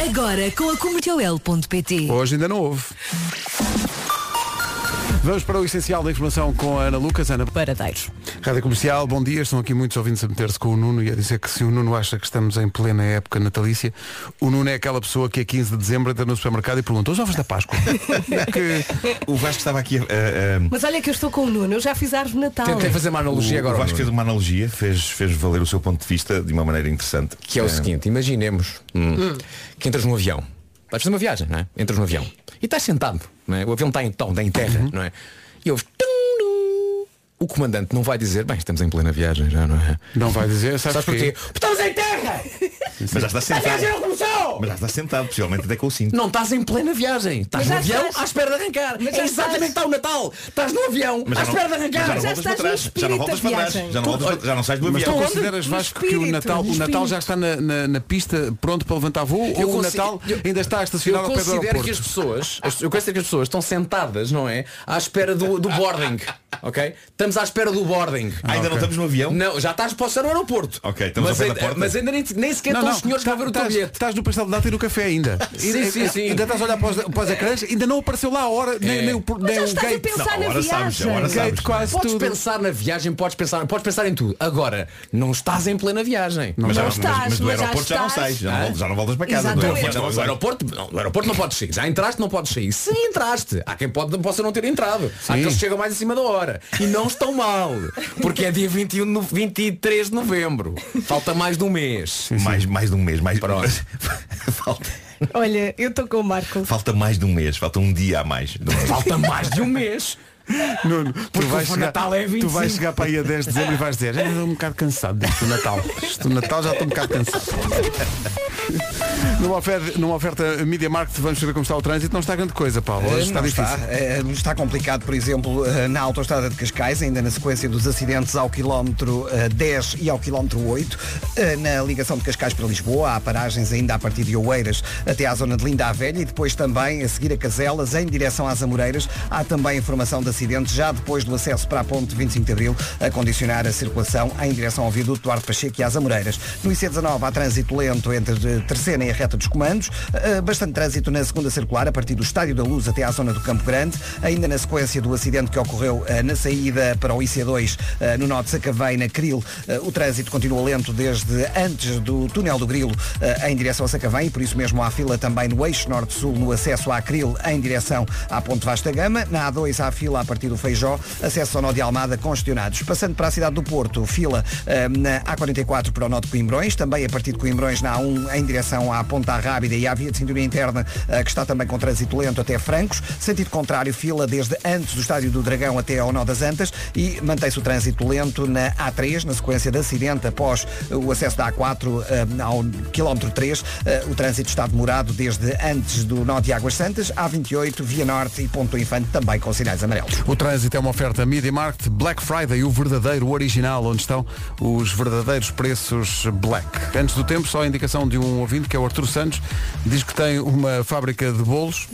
Speaker 14: Agora com a comercial.pt.
Speaker 1: Hoje ainda não houve. Vamos para o essencial da informação com a Ana Lucas. Ana
Speaker 13: Paradeiros.
Speaker 1: Rádio Comercial, bom dia. Estão aqui muitos ouvintes a meter-se com o Nuno e a dizer que se o Nuno acha que estamos em plena época natalícia, o Nuno é aquela pessoa que a 15 de dezembro entra no supermercado e pergunta os ovos da
Speaker 8: [laughs]
Speaker 1: Páscoa.
Speaker 12: O Vasco estava aqui a, a- a-
Speaker 3: Mas olha que eu estou com o Nuno, eu já fiz árvore de Natal.
Speaker 12: o, O Vasco fez uma analogia, fez, fez valer o seu ponto de vista de uma maneira interessante.
Speaker 8: Que é o seguinte, imaginemos hum, que entras num avião. Vais fazer uma viagem, não é? Entras num avião. E estás sentado, não é? O avião está em tom, está em terra,
Speaker 12: Uhum.
Speaker 8: não é? E ouves. tum, dum. O comandante não vai dizer, bem, estamos em plena viagem já, não é?
Speaker 1: Não vai dizer,
Speaker 8: sabes, porquê? Porque Estamos em terra!
Speaker 12: Mas já está
Speaker 8: A viagem não
Speaker 12: sentado.
Speaker 8: começou!
Speaker 12: Mas já está sentado, possivelmente até com o cinto.
Speaker 8: Não estás em plena viagem. Estás
Speaker 12: Mas
Speaker 8: no
Speaker 12: já
Speaker 8: avião
Speaker 12: estás-
Speaker 8: à espera de arrancar.
Speaker 12: Mas
Speaker 8: É
Speaker 12: já
Speaker 8: exatamente
Speaker 12: estás-
Speaker 8: está o Natal. Estás no avião
Speaker 12: Mas
Speaker 8: à
Speaker 12: já não
Speaker 8: espera de
Speaker 12: voltas-
Speaker 8: arrancar.
Speaker 12: mas já não voltas para trás. Já não voltas para trás. Já não voltas para- já não sais do
Speaker 1: Mas
Speaker 12: avião.
Speaker 1: tu consideras, Vasco, que o Natal, o Natal já está na, na- na pista pronto para levantar voo
Speaker 8: Eu
Speaker 1: ou o
Speaker 8: consi-
Speaker 1: Natal
Speaker 8: eu-
Speaker 1: ainda está estacionado
Speaker 8: Eu
Speaker 1: ao pé do
Speaker 8: considero
Speaker 1: aeroporto?
Speaker 8: que as pessoas, as- eu considero que as pessoas estão sentadas, não é? À espera do,
Speaker 1: [laughs]
Speaker 8: do boarding. Ok? Estamos à espera do boarding.
Speaker 1: Ah,
Speaker 12: ainda não estamos no
Speaker 1: então?
Speaker 12: avião?
Speaker 8: Não, já estás para estar no aeroporto.
Speaker 12: Ok, estamos
Speaker 8: Mas
Speaker 12: ao pé da
Speaker 8: ainda,
Speaker 12: porta.
Speaker 8: mas ainda nem, nem sequer
Speaker 1: Não, não,
Speaker 8: estão é
Speaker 1: tá-
Speaker 8: os senhores para ver o teu
Speaker 1: estás-
Speaker 8: bilhete.
Speaker 1: Estás no pastel de data e no café ainda.
Speaker 8: [laughs] Sim,
Speaker 1: Ainda-
Speaker 8: sim, sim.
Speaker 1: Ainda estás a olhar para os, para os ecrãs, ainda não apareceu lá a hora, nem,
Speaker 8: É.
Speaker 1: nem o, nem
Speaker 8: Mas já
Speaker 1: o
Speaker 8: estás a
Speaker 1: gate.
Speaker 8: pensar Não, na
Speaker 1: hora
Speaker 8: agora sabes, viagem. agora sabes. podes pensar na viagem, podes pensar, podes pensar em tudo. Agora, não estás em plena viagem.
Speaker 12: Mas já não- mas- Não mas do estás, aeroporto mas já já não estás. sais, já não
Speaker 8: Hã?
Speaker 12: voltas- já não voltas para casa, do
Speaker 8: Exatamente.
Speaker 12: aeroporto já não
Speaker 8: Não, do
Speaker 12: sais.
Speaker 8: aeroporto, não, do aeroporto não podes sair. Já entraste, não podes sair. Se entraste, há quem pode, possa não ter entrado. Há
Speaker 1: Sim.
Speaker 8: aqueles que chegam mais acima da hora. E não estão mal. Porque é dia 21 de no- 23 de novembro. Falta mais de um mês.
Speaker 12: Mais, mais de um mês, mais Mas [laughs] falta,
Speaker 3: Olha, eu estou com o Marco.
Speaker 12: falta mais de um mês, falta um dia a mais.
Speaker 3: Falta
Speaker 8: mais de um mês.
Speaker 1: Nuno, tu
Speaker 12: Porque
Speaker 1: vais,
Speaker 12: o
Speaker 1: chegar,
Speaker 12: Natal é
Speaker 1: tu
Speaker 12: 25.
Speaker 1: vais chegar para aí a 10 de dezembro e vais dizer, "Ah, estou um bocado cansado deste Natal. Este Natal já estou um bocado
Speaker 8: [laughs]
Speaker 1: cansado. numa, oferta, numa oferta Media Market, vamos saber como está o trânsito. Não está grande coisa, Paulo.
Speaker 8: É,
Speaker 1: Hoje está
Speaker 4: Não
Speaker 1: difícil.
Speaker 4: está. Eh, está complicado, por exemplo, eh, na autoestrada de Cascais, ainda na sequência dos acidentes ao quilómetro eh, 10 e ao quilómetro 8, eh, na ligação de Cascais para Lisboa, há paragens ainda a partir de Oeiras até à zona de Linda à Velha e depois também a seguir a Caselas em direção às Amoreiras. Há também informação de acidentes já depois do acesso para a ponte 25 de Abril, a condicionar a circulação em direção ao viaduto Duarte Pacheco e às Amoreiras. No IC19 há trânsito lento entre eh, Terceira e a reta dos comandos, eh, bastante trânsito na segunda circular a partir do Estádio da Luz até à zona do Campo Grande, ainda na sequência do acidente que ocorreu eh, na saída para o IC2 eh, no norte de Sacavém, na Cril, eh, o trânsito continua lento desde antes do túnel do Grilo eh, em direção a Sacavém, e por isso mesmo há fila também no eixo norte-sul no acesso à Cril em direção à Ponte Vasta Gama, na A2 há fila a partir do Feijó, acesso ao Nó de Almada congestionados. Passando para a cidade do Porto, fila eh, na A44 para o Nó de Coimbrões, também a partir de Coimbrões na A1 em direção à Ponta Rábida e à via de cinturinha interna, eh, que está também com trânsito lento até Francos. Sentido contrário, fila desde antes do Estádio do Dragão até ao Nó das Antas e mantém-se o trânsito lento na A3, na sequência de acidente após eh, o acesso da A4 eh, ao quilómetro 3. eh, O trânsito está demorado desde antes do Nó de Águas Santas, A28, Via Norte e Ponto Infante, também com sinais amarelos.
Speaker 1: O trânsito é uma oferta Media Market, Black Friday, o verdadeiro, o original, onde estão os verdadeiros preços black. Antes do tempo, só a indicação de um ouvinte, que é o Arturo Santos, diz que tem uma fábrica de bolos.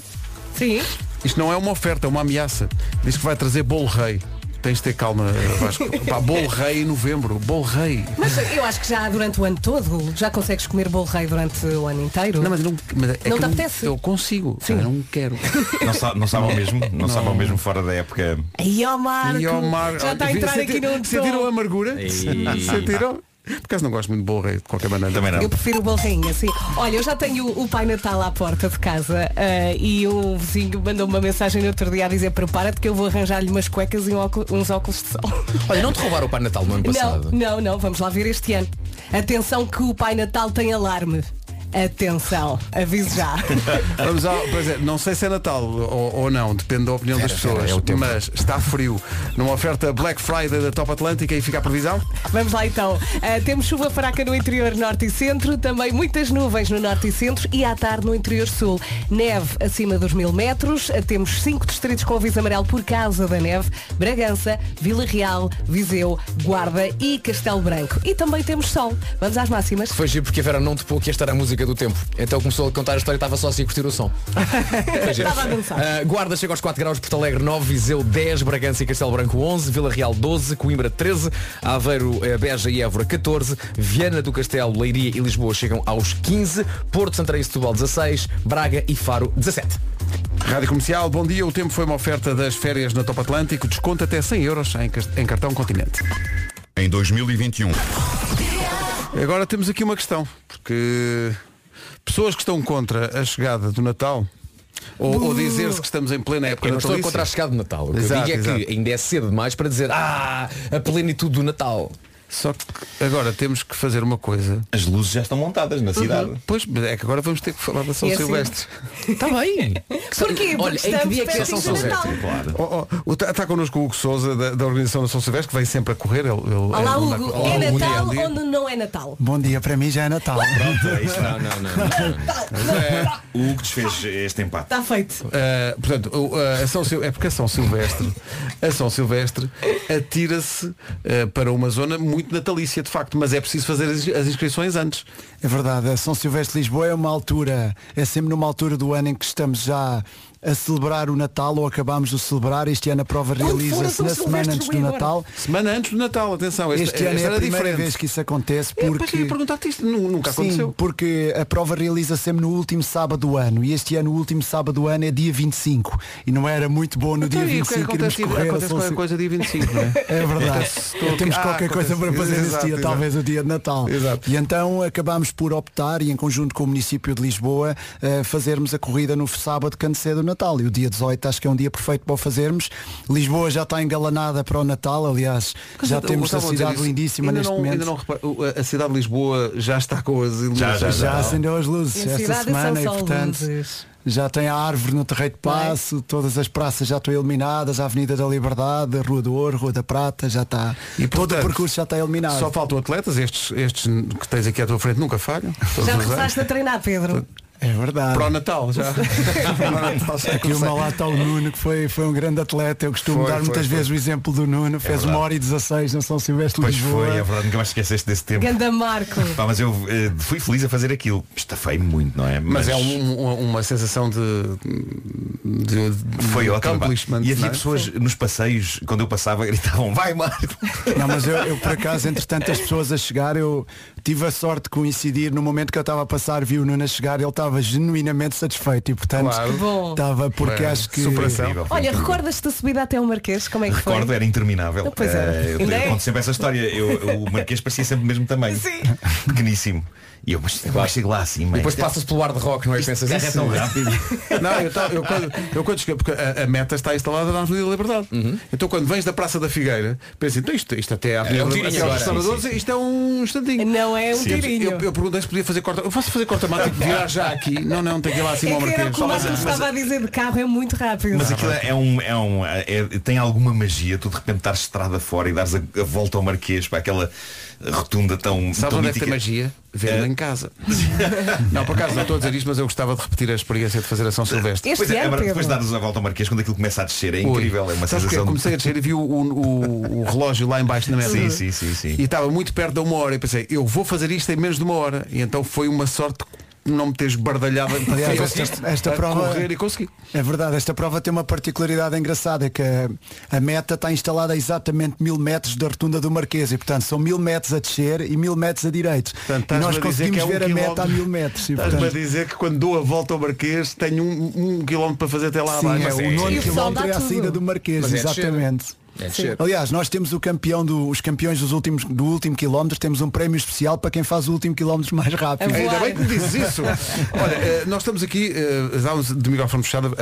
Speaker 3: Sim.
Speaker 1: Isto não é uma oferta, é uma ameaça. Diz que vai trazer bolo rei. Tens de ter calma, Vasco. Pá, bolo rei em novembro, bolo rei.
Speaker 3: Mas eu acho que já há durante o ano todo. Já consegues comer bolo rei durante o ano inteiro? Não, mas
Speaker 1: não, é
Speaker 3: não
Speaker 1: que
Speaker 3: te
Speaker 1: eu
Speaker 3: apetece?
Speaker 1: Eu consigo. Eu não
Speaker 3: [laughs]
Speaker 1: quero.
Speaker 12: Não, sa não sabe ao mesmo, não,
Speaker 1: Não.
Speaker 12: sabe ao mesmo fora da época.
Speaker 3: E ao Marco.
Speaker 1: E ao Marco. [laughs]
Speaker 3: Já está a entrar
Speaker 1: Senti-
Speaker 3: aqui no
Speaker 1: Sentiram a amargura?
Speaker 12: Ei.
Speaker 1: Sentiram? Por acaso não gosto muito de bolo rei, de qualquer maneira. Também
Speaker 3: Eu prefiro o bolo rainha, sim. Olha, eu já tenho o Pai Natal à porta de casa eh, e um vizinho mandou uma mensagem no outro dia a dizer prepara-te que eu vou arranjar-lhe umas cuecas e um óculo- uns óculos de sol.
Speaker 8: Olha, não te roubaram o Pai Natal no ano passado.
Speaker 3: Não, não, não, vamos lá ver este ano. Atenção que o Pai Natal tem alarme. Atenção, aviso
Speaker 8: [laughs]
Speaker 3: já.
Speaker 1: Vamos ao, pois é, não sei se é Natal ou, ou não, depende da opinião das pessoas,
Speaker 8: é
Speaker 1: mas está frio. Numa oferta Black Friday da Top Atlântica e fica a previsão?
Speaker 3: Vamos lá então. Ah, temos chuva fraca no interior norte e centro, também muitas nuvens no norte e centro e à tarde no interior sul. Neve acima dos mil metros. Ah, temos cinco distritos com aviso amarelo por causa da neve. Bragança, Vila Real, Viseu, Guarda e Castelo Branco. E também temos sol. Vamos às máximas.
Speaker 8: Foi giro porque a Vera não topou que esta era a música do tempo. Então começou a contar a história e estava só assim a curtir o som. Foi giro.
Speaker 3: Estava a dançar.
Speaker 8: Ah, Guarda chega aos 4 graus, Porto Alegre 9, Viseu 10, Bragança e Castelo Branco 11, Vila Real 12, Coimbra 13, Aveiro, eh, Beja e Évora 14, Viana do Castelo, Leiria e Lisboa chegam aos 15, Porto, Santarém e Setúbal 16, Braga e Faro 17.
Speaker 1: Rádio Comercial, bom dia. O tempo foi uma oferta das férias na Top Atlântico. Desconto até 100 euros em, cas- em cartão continente.
Speaker 15: Em 2021.
Speaker 1: Agora temos aqui uma questão, porque pessoas que estão contra a chegada do Natal, ou, ou dizer-se que estamos em plena época
Speaker 8: Eu não estou
Speaker 1: natalícia.
Speaker 8: contra a chegada do Natal. O que
Speaker 1: Exato,
Speaker 8: eu digo é
Speaker 1: exato.
Speaker 8: que ainda é cedo demais para dizer Ah, a plenitude do Natal.
Speaker 1: Só que agora temos que fazer uma coisa.
Speaker 12: As luzes já estão montadas na cidade.
Speaker 1: Pois, mas é que agora vamos ter que falar da São
Speaker 12: É assim.
Speaker 1: Silvestre.
Speaker 8: Está
Speaker 1: Tá
Speaker 8: bem.
Speaker 3: Porquê? Porque
Speaker 8: Olha, em que
Speaker 3: estamos
Speaker 8: dia é que é
Speaker 3: perto
Speaker 8: São
Speaker 3: do
Speaker 8: Silvestre?
Speaker 3: Natal.
Speaker 1: Está connosco Oh, o Hugo Souza da, da organização da São Silvestre, que vem sempre a correr. Ele, ele- ele
Speaker 3: Olá
Speaker 1: anda a
Speaker 3: Hugo,
Speaker 1: correr. Olá,
Speaker 3: é
Speaker 1: Hugo.
Speaker 3: Natal
Speaker 1: Bom dia.
Speaker 3: onde não é Natal?
Speaker 16: Bom dia, para mim já é Natal.
Speaker 12: não, não, não. O Hugo desfez este empate.
Speaker 3: Está feito.
Speaker 1: Uh, portanto, o- a São Sil- é porque a São Silvestre, a São Silvestre atira-se uh, para uma zona muito natalícia, de facto, mas é preciso fazer as, as inscrições antes.
Speaker 16: É verdade, a São Silvestre de Lisboa é uma altura, é sempre numa altura do ano em que estamos já a celebrar o Natal ou acabamos de o celebrar. Este ano a prova
Speaker 1: Quando for a
Speaker 16: realiza-se
Speaker 1: São
Speaker 16: na semana
Speaker 1: Silvestre,
Speaker 16: antes
Speaker 1: vou
Speaker 16: do
Speaker 1: embora.
Speaker 16: Natal.
Speaker 1: Semana antes do Natal, atenção, este,
Speaker 16: Este ano
Speaker 1: esta
Speaker 16: é a
Speaker 1: era
Speaker 16: primeira
Speaker 1: diferente.
Speaker 16: vez que isso acontece
Speaker 1: É, Eu
Speaker 16: porque...
Speaker 1: depois queria perguntar-te isto, nu- nunca
Speaker 16: Sim,
Speaker 1: aconteceu.
Speaker 16: porque a prova realiza sempre no último sábado do ano e este ano o último sábado do ano é dia 25 e não era muito bom no
Speaker 1: Então,
Speaker 16: dia
Speaker 1: e o
Speaker 16: 25
Speaker 1: que
Speaker 16: irmos
Speaker 1: acontece,
Speaker 16: correr a
Speaker 1: acontece
Speaker 16: São
Speaker 1: qualquer
Speaker 16: Sil-
Speaker 1: coisa
Speaker 16: [laughs]
Speaker 1: dia 25, não é?
Speaker 16: é verdade.
Speaker 1: Estou-
Speaker 16: Temos
Speaker 1: Ah,
Speaker 16: qualquer coisa para
Speaker 1: acontece.
Speaker 16: fazer nesse
Speaker 1: Exato,
Speaker 16: dia,
Speaker 1: exato.
Speaker 16: talvez o dia de Natal. E então acabámos por optar e em conjunto com o município de Lisboa eh, fazermos a corrida no sábado quando cedo
Speaker 4: Natal. E o dia 18 acho que é um dia perfeito para o fazermos. Lisboa já está engalanada para o Natal, aliás.
Speaker 1: Mas
Speaker 4: já
Speaker 1: eu- eu
Speaker 4: temos a
Speaker 1: estava dizer
Speaker 4: cidade
Speaker 1: isso.
Speaker 4: lindíssima
Speaker 1: Ainda
Speaker 4: neste
Speaker 1: não-
Speaker 4: momento.
Speaker 1: ainda não repar- o- a- a cidade de Lisboa já está com as ilusões.
Speaker 4: Já, já, acendeu as luzes
Speaker 1: E a
Speaker 4: esta
Speaker 1: cidade
Speaker 8: é
Speaker 4: semana e
Speaker 1: são só
Speaker 4: portanto
Speaker 1: luzes.
Speaker 4: já tem a árvore no terreiro de passo, todas as praças já estão iluminadas, a Avenida da Liberdade, a Rua do Ouro, Rua da Prata, já está. E todo o
Speaker 1: portanto,
Speaker 4: percurso já está iluminado.
Speaker 1: Só faltam atletas, estes, estes que tens aqui à tua frente nunca falham. Todos
Speaker 3: Já
Speaker 1: os anos.
Speaker 3: começaste a treinar, Pedro?
Speaker 4: É verdade. É
Speaker 1: Para o Natal [laughs] já.
Speaker 4: Aqui uma lata ao Nuno, que foi, foi um grande atleta. Eu costumo
Speaker 12: Foi,
Speaker 4: dar
Speaker 12: foi,
Speaker 4: muitas
Speaker 12: foi. É
Speaker 4: vezes o exemplo do Nuno. Fez
Speaker 12: verdade.
Speaker 4: uma hora e 16 na São Silvestre de
Speaker 12: Pois
Speaker 4: Lisboa.
Speaker 12: foi, é verdade, nunca mais esqueceste desse tempo.
Speaker 3: Ganda Marco.
Speaker 12: Pá, mas eu eh, fui feliz a fazer aquilo. Estafei muito, não
Speaker 1: [laughs]
Speaker 12: é?
Speaker 1: Mas é um- uma- uma sensação de. de, de
Speaker 12: Foi
Speaker 1: de
Speaker 12: ótimo. pá.
Speaker 1: accomplishment,
Speaker 12: E havia
Speaker 1: não é?
Speaker 12: pessoas nos passeios, quando eu passava, [laughs] gritavam, vai Marco!
Speaker 4: Não, mas eu, eu, por acaso, entre tantas pessoas a chegar, eu tive a sorte de coincidir no momento que eu estava a passar, vi o Nuno a chegar, ele estava genuinamente satisfeito e portanto
Speaker 12: Claro. Que bom.
Speaker 4: estava porque
Speaker 12: Bem,
Speaker 4: acho que
Speaker 12: superação. Incrível.
Speaker 3: Olha, recordas-te da subida até o Marquês? Como é que foi? Então,
Speaker 12: Recordo, era interminável.
Speaker 3: Pois era.
Speaker 12: Eh, eu,
Speaker 3: Ainda
Speaker 12: eu
Speaker 3: é?
Speaker 12: conto sempre essa história. Eu, eu- o Marquês parecia sempre o mesmo tamanho. [laughs] Pequeníssimo. E eu, mas agora chego lá assim,
Speaker 8: E depois passas pelo ar de rock, não é? Pensas
Speaker 12: carro é tão rápido.
Speaker 1: Não, eu, tava- eu quando, eu quando cheguei, porque a, a meta está instalada na Avenida da Liberdade.
Speaker 8: Uhum.
Speaker 1: Então quando vens da Praça da Figueira, pensei, então isto, isto até à Avenida
Speaker 8: É um
Speaker 1: da
Speaker 8: tirinho
Speaker 1: Liberdade, até aos
Speaker 8: agora.
Speaker 1: restauradores,
Speaker 8: Sim,
Speaker 1: isto é um instantinho.
Speaker 3: Não é um
Speaker 1: Sim.
Speaker 3: tirinho.
Speaker 1: Eu, eu perguntei se podia fazer corta. Eu posso fazer corta mático virar já aqui. Não, não, tem que ir lá acima
Speaker 3: É
Speaker 1: ao
Speaker 3: que
Speaker 1: Marquês.
Speaker 3: era o que o Marco
Speaker 1: eh,
Speaker 12: Mas-
Speaker 3: estava a dizer de carro, é muito rápido.
Speaker 12: Mas aquilo é um, é um é- tem alguma magia, tu de repente estás estrada fora e dares a, a volta ao Marquês para aquela rotunda tão
Speaker 1: Sabes
Speaker 8: Então,
Speaker 12: tão
Speaker 1: onde é que tem
Speaker 12: mítica.
Speaker 1: magia?
Speaker 8: Eh.
Speaker 1: Vendo em casa. não, por acaso não estou a dizer isto, mas eu gostava de repetir a experiência de fazer a São Silvestre.
Speaker 12: Pois é, é, verdade, depois de dares a volta ao Marquês, quando aquilo começa a descer, é
Speaker 1: Ui.
Speaker 12: incrível, é uma
Speaker 1: Sabes porquê?
Speaker 12: sensação.
Speaker 1: Eu comecei a descer e vi o, o- o relógio lá embaixo na mesa.
Speaker 12: Sim, sim, sim, sim.
Speaker 1: E estava muito perto de uma hora e pensei, eu vou fazer isto em menos de uma hora. E então foi uma sorte não me teres [laughs] bardalhado
Speaker 4: Aliás,
Speaker 1: Fui
Speaker 4: esta, esta
Speaker 1: a
Speaker 4: prova
Speaker 1: correr e consegui.
Speaker 4: é verdade esta prova tem uma particularidade engraçada é que a, a meta está instalada a exatamente mil metros da rotunda do Marquês e portanto são mil metros a descer e mil metros a direito e
Speaker 1: Estás-me
Speaker 4: nós
Speaker 1: a dizer
Speaker 4: conseguimos
Speaker 1: que é um
Speaker 4: ver a meta
Speaker 1: quilómetro.
Speaker 4: a mil metros e,
Speaker 1: Estás-me
Speaker 4: portanto,
Speaker 1: a dizer que quando dou a volta ao Marquês tenho um, um quilómetro para fazer até lá
Speaker 4: Sim,
Speaker 1: abaixo.
Speaker 4: é, o nono quilómetro é a
Speaker 1: tudo.
Speaker 4: saída do Marquês,
Speaker 1: Mas é descer.
Speaker 4: exatamente.
Speaker 1: É
Speaker 4: Sim.
Speaker 1: descer.
Speaker 4: Aliás, nós temos o campeão do, os campeões dos últimos, do último quilómetro, temos um prémio especial para quem faz o último quilómetro mais
Speaker 3: É
Speaker 4: rápido.
Speaker 1: Ainda bem que me dizes isso. Olha, eh, nós estamos aqui, eh, estávamos de microfone fechado eh,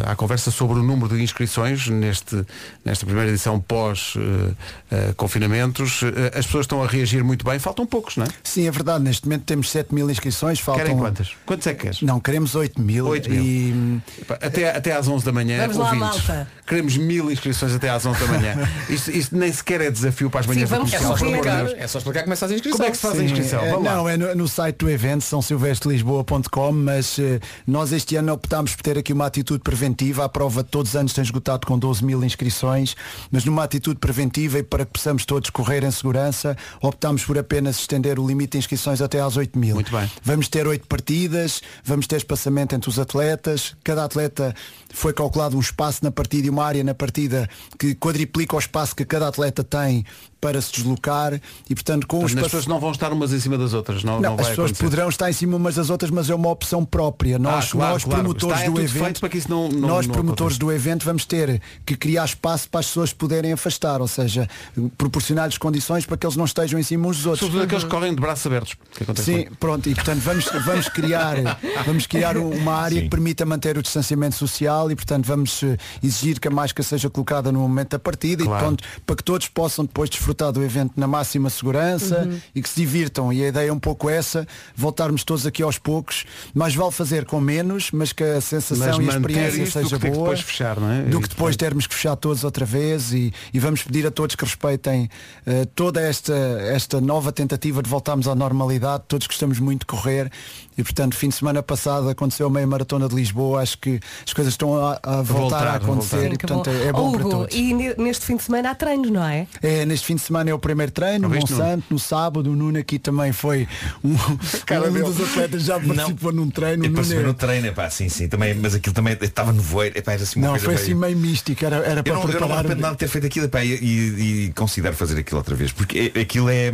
Speaker 1: eh, à conversa sobre o número de inscrições neste, nesta primeira edição eh, pós-confinamentos. Eh, as pessoas estão a reagir muito bem, faltam poucos, não é?
Speaker 4: Sim, é verdade, neste momento temos 7 mil inscrições, faltam. um.
Speaker 1: Querem quantas? Quantos é que queres?
Speaker 4: Não, queremos 8 mil.
Speaker 1: 8 mil.
Speaker 4: E,
Speaker 1: Epá, Até, até às 11 da manhã,
Speaker 4: Vamos lá,
Speaker 1: ouvintes.
Speaker 4: malta.
Speaker 1: Queremos mil inscrições até às 11 da
Speaker 4: [laughs]
Speaker 1: manhã. Isto, isto nem sequer é desafio para as manhãs da
Speaker 8: é
Speaker 1: comercial,
Speaker 8: só
Speaker 1: por amor de
Speaker 8: explicar,
Speaker 1: Deus.
Speaker 8: é só explicar como é que se faz a inscrição.
Speaker 1: Como é que se faz a
Speaker 4: Sim,
Speaker 1: inscrição?
Speaker 4: eh,
Speaker 1: Vamos lá.
Speaker 4: não, é no, no site do evento, são silvestrelisboa.com, mas eh, nós este ano optámos por ter aqui uma atitude preventiva. A prova todos os anos tem esgotado com 12 mil inscrições, mas numa atitude preventiva e para que possamos todos correr em segurança, optámos por apenas estender o limite de inscrições até às 8 mil. Muito bem. Vamos ter 8 partidas, vamos ter espaçamento entre os atletas, cada atleta foi calculado um espaço na partida e uma área na partida que quadriplica o espaço que cada atleta tem para se deslocar e portanto com os
Speaker 1: Portanto, As pessoas não vão estar umas em cima das outras, não,
Speaker 4: não,
Speaker 1: não
Speaker 4: as
Speaker 1: vai
Speaker 4: pessoas
Speaker 1: acontecer. Ah,
Speaker 4: poderão estar em cima umas das outras, mas é uma opção própria. Nós,
Speaker 1: claro,
Speaker 4: nós
Speaker 1: claro.
Speaker 4: promotores
Speaker 1: Está, é
Speaker 4: do
Speaker 1: tudo
Speaker 4: evento,
Speaker 1: feito para que isso não- não-
Speaker 4: nós
Speaker 1: não
Speaker 4: promotores
Speaker 1: aconteça.
Speaker 4: do evento vamos ter que criar espaço para as pessoas poderem
Speaker 1: [laughs]
Speaker 4: afastar, ou seja, proporcionar-lhes condições para que eles não estejam em cima uns dos outros.
Speaker 1: Sobretudo aqueles que correm de braços abertos. que acontece
Speaker 4: Sim,
Speaker 1: muito.
Speaker 4: pronto, e portanto vamos,
Speaker 1: [laughs]
Speaker 4: vamos criar, vamos criar um- uma área que permita manter o distanciamento social e portanto vamos eh, exigir que a máscara seja colocada no momento da partida
Speaker 1: Claro.
Speaker 4: e pronto, para que todos possam depois desfrutar do evento na máxima segurança
Speaker 17: Uhum.
Speaker 4: e que se divirtam. E a ideia é um pouco essa, voltarmos todos aqui aos poucos, mas vale fazer com menos, mas que a sensação e a
Speaker 1: manter
Speaker 4: experiência
Speaker 1: isto do
Speaker 4: seja
Speaker 1: que ter que
Speaker 4: boa.
Speaker 1: depois fechar, não é?
Speaker 4: Do que depois termos que fechar todos outra vez e, e vamos pedir a todos que respeitem eh, toda esta, esta nova tentativa de voltarmos à normalidade. Todos gostamos muito de correr e, portanto, fim de semana passado aconteceu a meia maratona de Lisboa. Acho que as coisas estão a, a voltar, a acontecer
Speaker 3: Sim,
Speaker 4: e,
Speaker 3: que
Speaker 4: portanto, é, é bom
Speaker 3: Hugo,
Speaker 4: para todos.
Speaker 3: E ne- neste fim de semana há treino, não é?
Speaker 4: É, neste fim de semana é o primeiro treino, no
Speaker 3: Ouviste, Nuno?
Speaker 4: Monsanto, no sábado, o Nuno aqui também foi um,
Speaker 12: [laughs]
Speaker 4: um
Speaker 12: dele.
Speaker 4: dos atletas já participou num treino. o
Speaker 12: Eu
Speaker 4: Nuno
Speaker 12: percebi
Speaker 4: é-
Speaker 12: no treino, epá, sim, sim, também, mas aquilo também estava nevoeiro, epá, era assim uma
Speaker 4: Não,
Speaker 12: coisa
Speaker 4: foi
Speaker 12: meio-
Speaker 4: assim meio místico, era, era para
Speaker 12: eu, não, eu não me
Speaker 4: preparar.
Speaker 12: arrependo nada de ter feito aquilo epá, e, e- e considero fazer aquilo outra vez, porque é- aquilo é,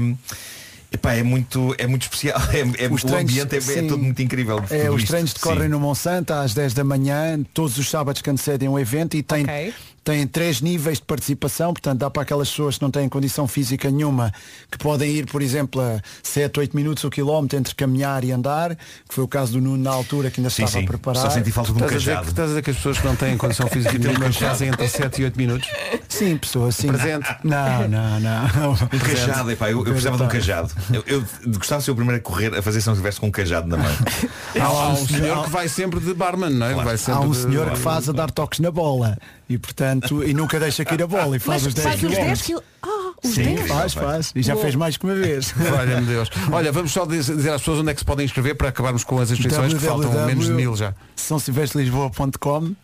Speaker 12: epá, é, muito, é muito especial, [laughs] é, é-
Speaker 4: Os
Speaker 12: o
Speaker 4: treinos,
Speaker 12: ambiente é, é
Speaker 4: sim.
Speaker 12: todo muito incrível.
Speaker 4: É,
Speaker 12: tudo
Speaker 4: os
Speaker 12: isto,
Speaker 4: treinos decorrem
Speaker 12: sim.
Speaker 4: no Monsanto às 10 da manhã, todos os sábados que antecedem o evento e tem,
Speaker 16: têm três níveis de participação, portanto dá para aquelas pessoas que não têm condição física nenhuma, que podem ir, por exemplo, a 7, 8 minutos o quilómetro entre caminhar e andar, que foi o caso do Nuno na altura que ainda
Speaker 12: Sim,
Speaker 16: estava
Speaker 12: sim.
Speaker 16: a preparar.
Speaker 12: Só senti falta de um
Speaker 1: Estás a dizer
Speaker 12: cajado.
Speaker 1: que- Estás a dizer que as pessoas que não têm condição física
Speaker 12: Tem um
Speaker 1: nenhuma
Speaker 12: cajado.
Speaker 1: fazem entre 7 e 8 minutos?
Speaker 16: Sim, pessoa, sim.
Speaker 1: Presente.
Speaker 12: [laughs]
Speaker 16: Não, não, [laughs] não.
Speaker 12: Um cajado, epá, eu, eu precisava de um cajado. Eu, eu gostava de ser o primeiro a correr, a fazer se não tivesse com um cajado
Speaker 16: [laughs]
Speaker 12: na mão.
Speaker 1: Há, há um senhor que vai sempre de barman, não é? Vai
Speaker 16: Há
Speaker 1: sempre
Speaker 16: um
Speaker 1: de-
Speaker 16: senhor que faz a dar toques na bola e portanto e nunca deixa cair a bola e faz
Speaker 1: Mas
Speaker 16: os 10
Speaker 1: faz os 10
Speaker 16: quilómetros.
Speaker 1: quil-
Speaker 13: Ah,
Speaker 1: os Sim, 10?
Speaker 16: faz, faz. E já
Speaker 1: Bom.
Speaker 16: fez mais que uma vez.
Speaker 1: Valha-me Deus. Olha, vamos só diz- dizer às pessoas onde é que se podem inscrever para acabarmos com as inscrições que faltam menos de mil já.
Speaker 16: www.sãosilvestrelisboa.com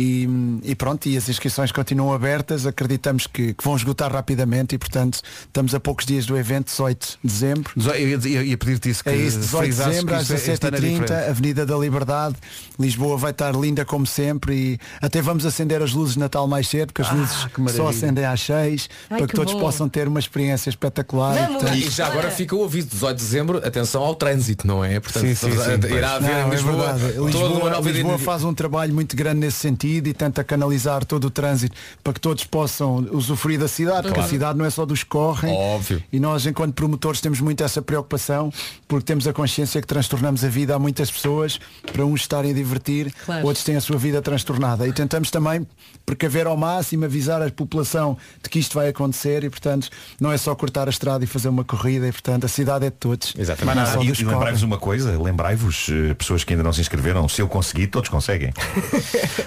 Speaker 16: e, e pronto, e as inscrições continuam abertas, acreditamos que, que vão esgotar rapidamente e portanto estamos a poucos dias do evento, 18 de dezembro.
Speaker 1: Dezo- Eu ia, dizer- eu ia pedir-te isso que
Speaker 16: É isso, 18 de
Speaker 1: frisasses
Speaker 16: dezembro
Speaker 1: que
Speaker 16: às
Speaker 1: isto é- este ano é
Speaker 16: 17h30,
Speaker 1: diferente.
Speaker 16: Avenida da Liberdade. Lisboa vai estar linda como sempre e até vamos acender as luzes de Natal mais cedo, porque as
Speaker 1: Ah,
Speaker 16: luzes
Speaker 1: que maravilha.
Speaker 16: só acendem às 6
Speaker 8: Ai,
Speaker 16: para
Speaker 8: que
Speaker 16: que todos
Speaker 8: bom.
Speaker 16: possam ter uma experiência espetacular. e, portanto,
Speaker 8: E já agora fica o aviso, 18 de dezembro, atenção ao trânsito, não é? Portanto,
Speaker 16: Sim, sim, sim,
Speaker 8: irá
Speaker 16: pois.
Speaker 8: haver
Speaker 16: Não,
Speaker 8: em
Speaker 16: é
Speaker 8: Lisboa,
Speaker 16: verdade.
Speaker 8: toda
Speaker 16: Lisboa-
Speaker 8: uma nova
Speaker 16: Lisboa
Speaker 8: identidade.
Speaker 16: faz um trabalho muito grande nesse sentido e tenta canalizar todo o trânsito para que todos possam usufruir da cidade, porque a
Speaker 8: Claro.
Speaker 16: cidade não é só dos que correm.
Speaker 8: Óbvio.
Speaker 16: E nós, enquanto promotores, temos muito essa preocupação, porque temos a consciência que transtornamos a vida a muitas pessoas, para uns estarem a divertir,
Speaker 18: Claro.
Speaker 16: outros têm a sua vida transtornada. E tentamos também precaver ao máximo, avisar a população de que isto vai acontecer e, portanto, não é só cortar a estrada e fazer uma corrida, e, portanto, a cidade é de todos.
Speaker 12: Mas
Speaker 16: Não é
Speaker 12: nada,
Speaker 16: só
Speaker 12: e-
Speaker 16: dos
Speaker 12: e
Speaker 16: que correm.
Speaker 12: lembrai-vos uma coisa, lembrai-vos, eh, pessoas que ainda não se inscreveram, se eu conseguir, todos conseguem.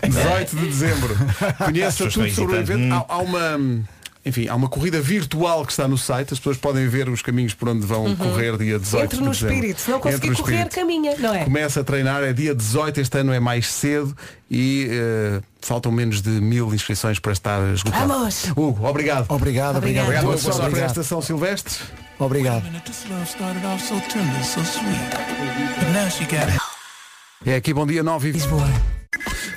Speaker 1: 18 de dezembro. Conheça
Speaker 12: As pessoas estão
Speaker 1: tudo sobre o
Speaker 12: hesitantes.
Speaker 1: evento. Há, há uma. Enfim, há uma corrida virtual que está no site, as pessoas podem ver os caminhos por onde vão
Speaker 3: Uhum.
Speaker 1: correr dia 18
Speaker 3: Entre
Speaker 1: de
Speaker 3: no
Speaker 1: dezembro.
Speaker 3: espírito. Se não
Speaker 1: Entre
Speaker 3: conseguir
Speaker 1: no
Speaker 3: correr,
Speaker 1: espírito.
Speaker 3: caminha, não é?
Speaker 1: Começa a treinar, é dia 18, este ano é mais cedo e eh, faltam menos de mil inscrições para estar esgotado.
Speaker 16: Vamos!
Speaker 1: Hugo, obrigado.
Speaker 16: Obrigado, obrigado.
Speaker 1: Obrigado, boa
Speaker 16: Boa
Speaker 1: sorte
Speaker 16: sorte.
Speaker 1: para esta São Silvestre.
Speaker 16: Obrigado.
Speaker 1: É aqui, bom dia, 9 e... Lisboa.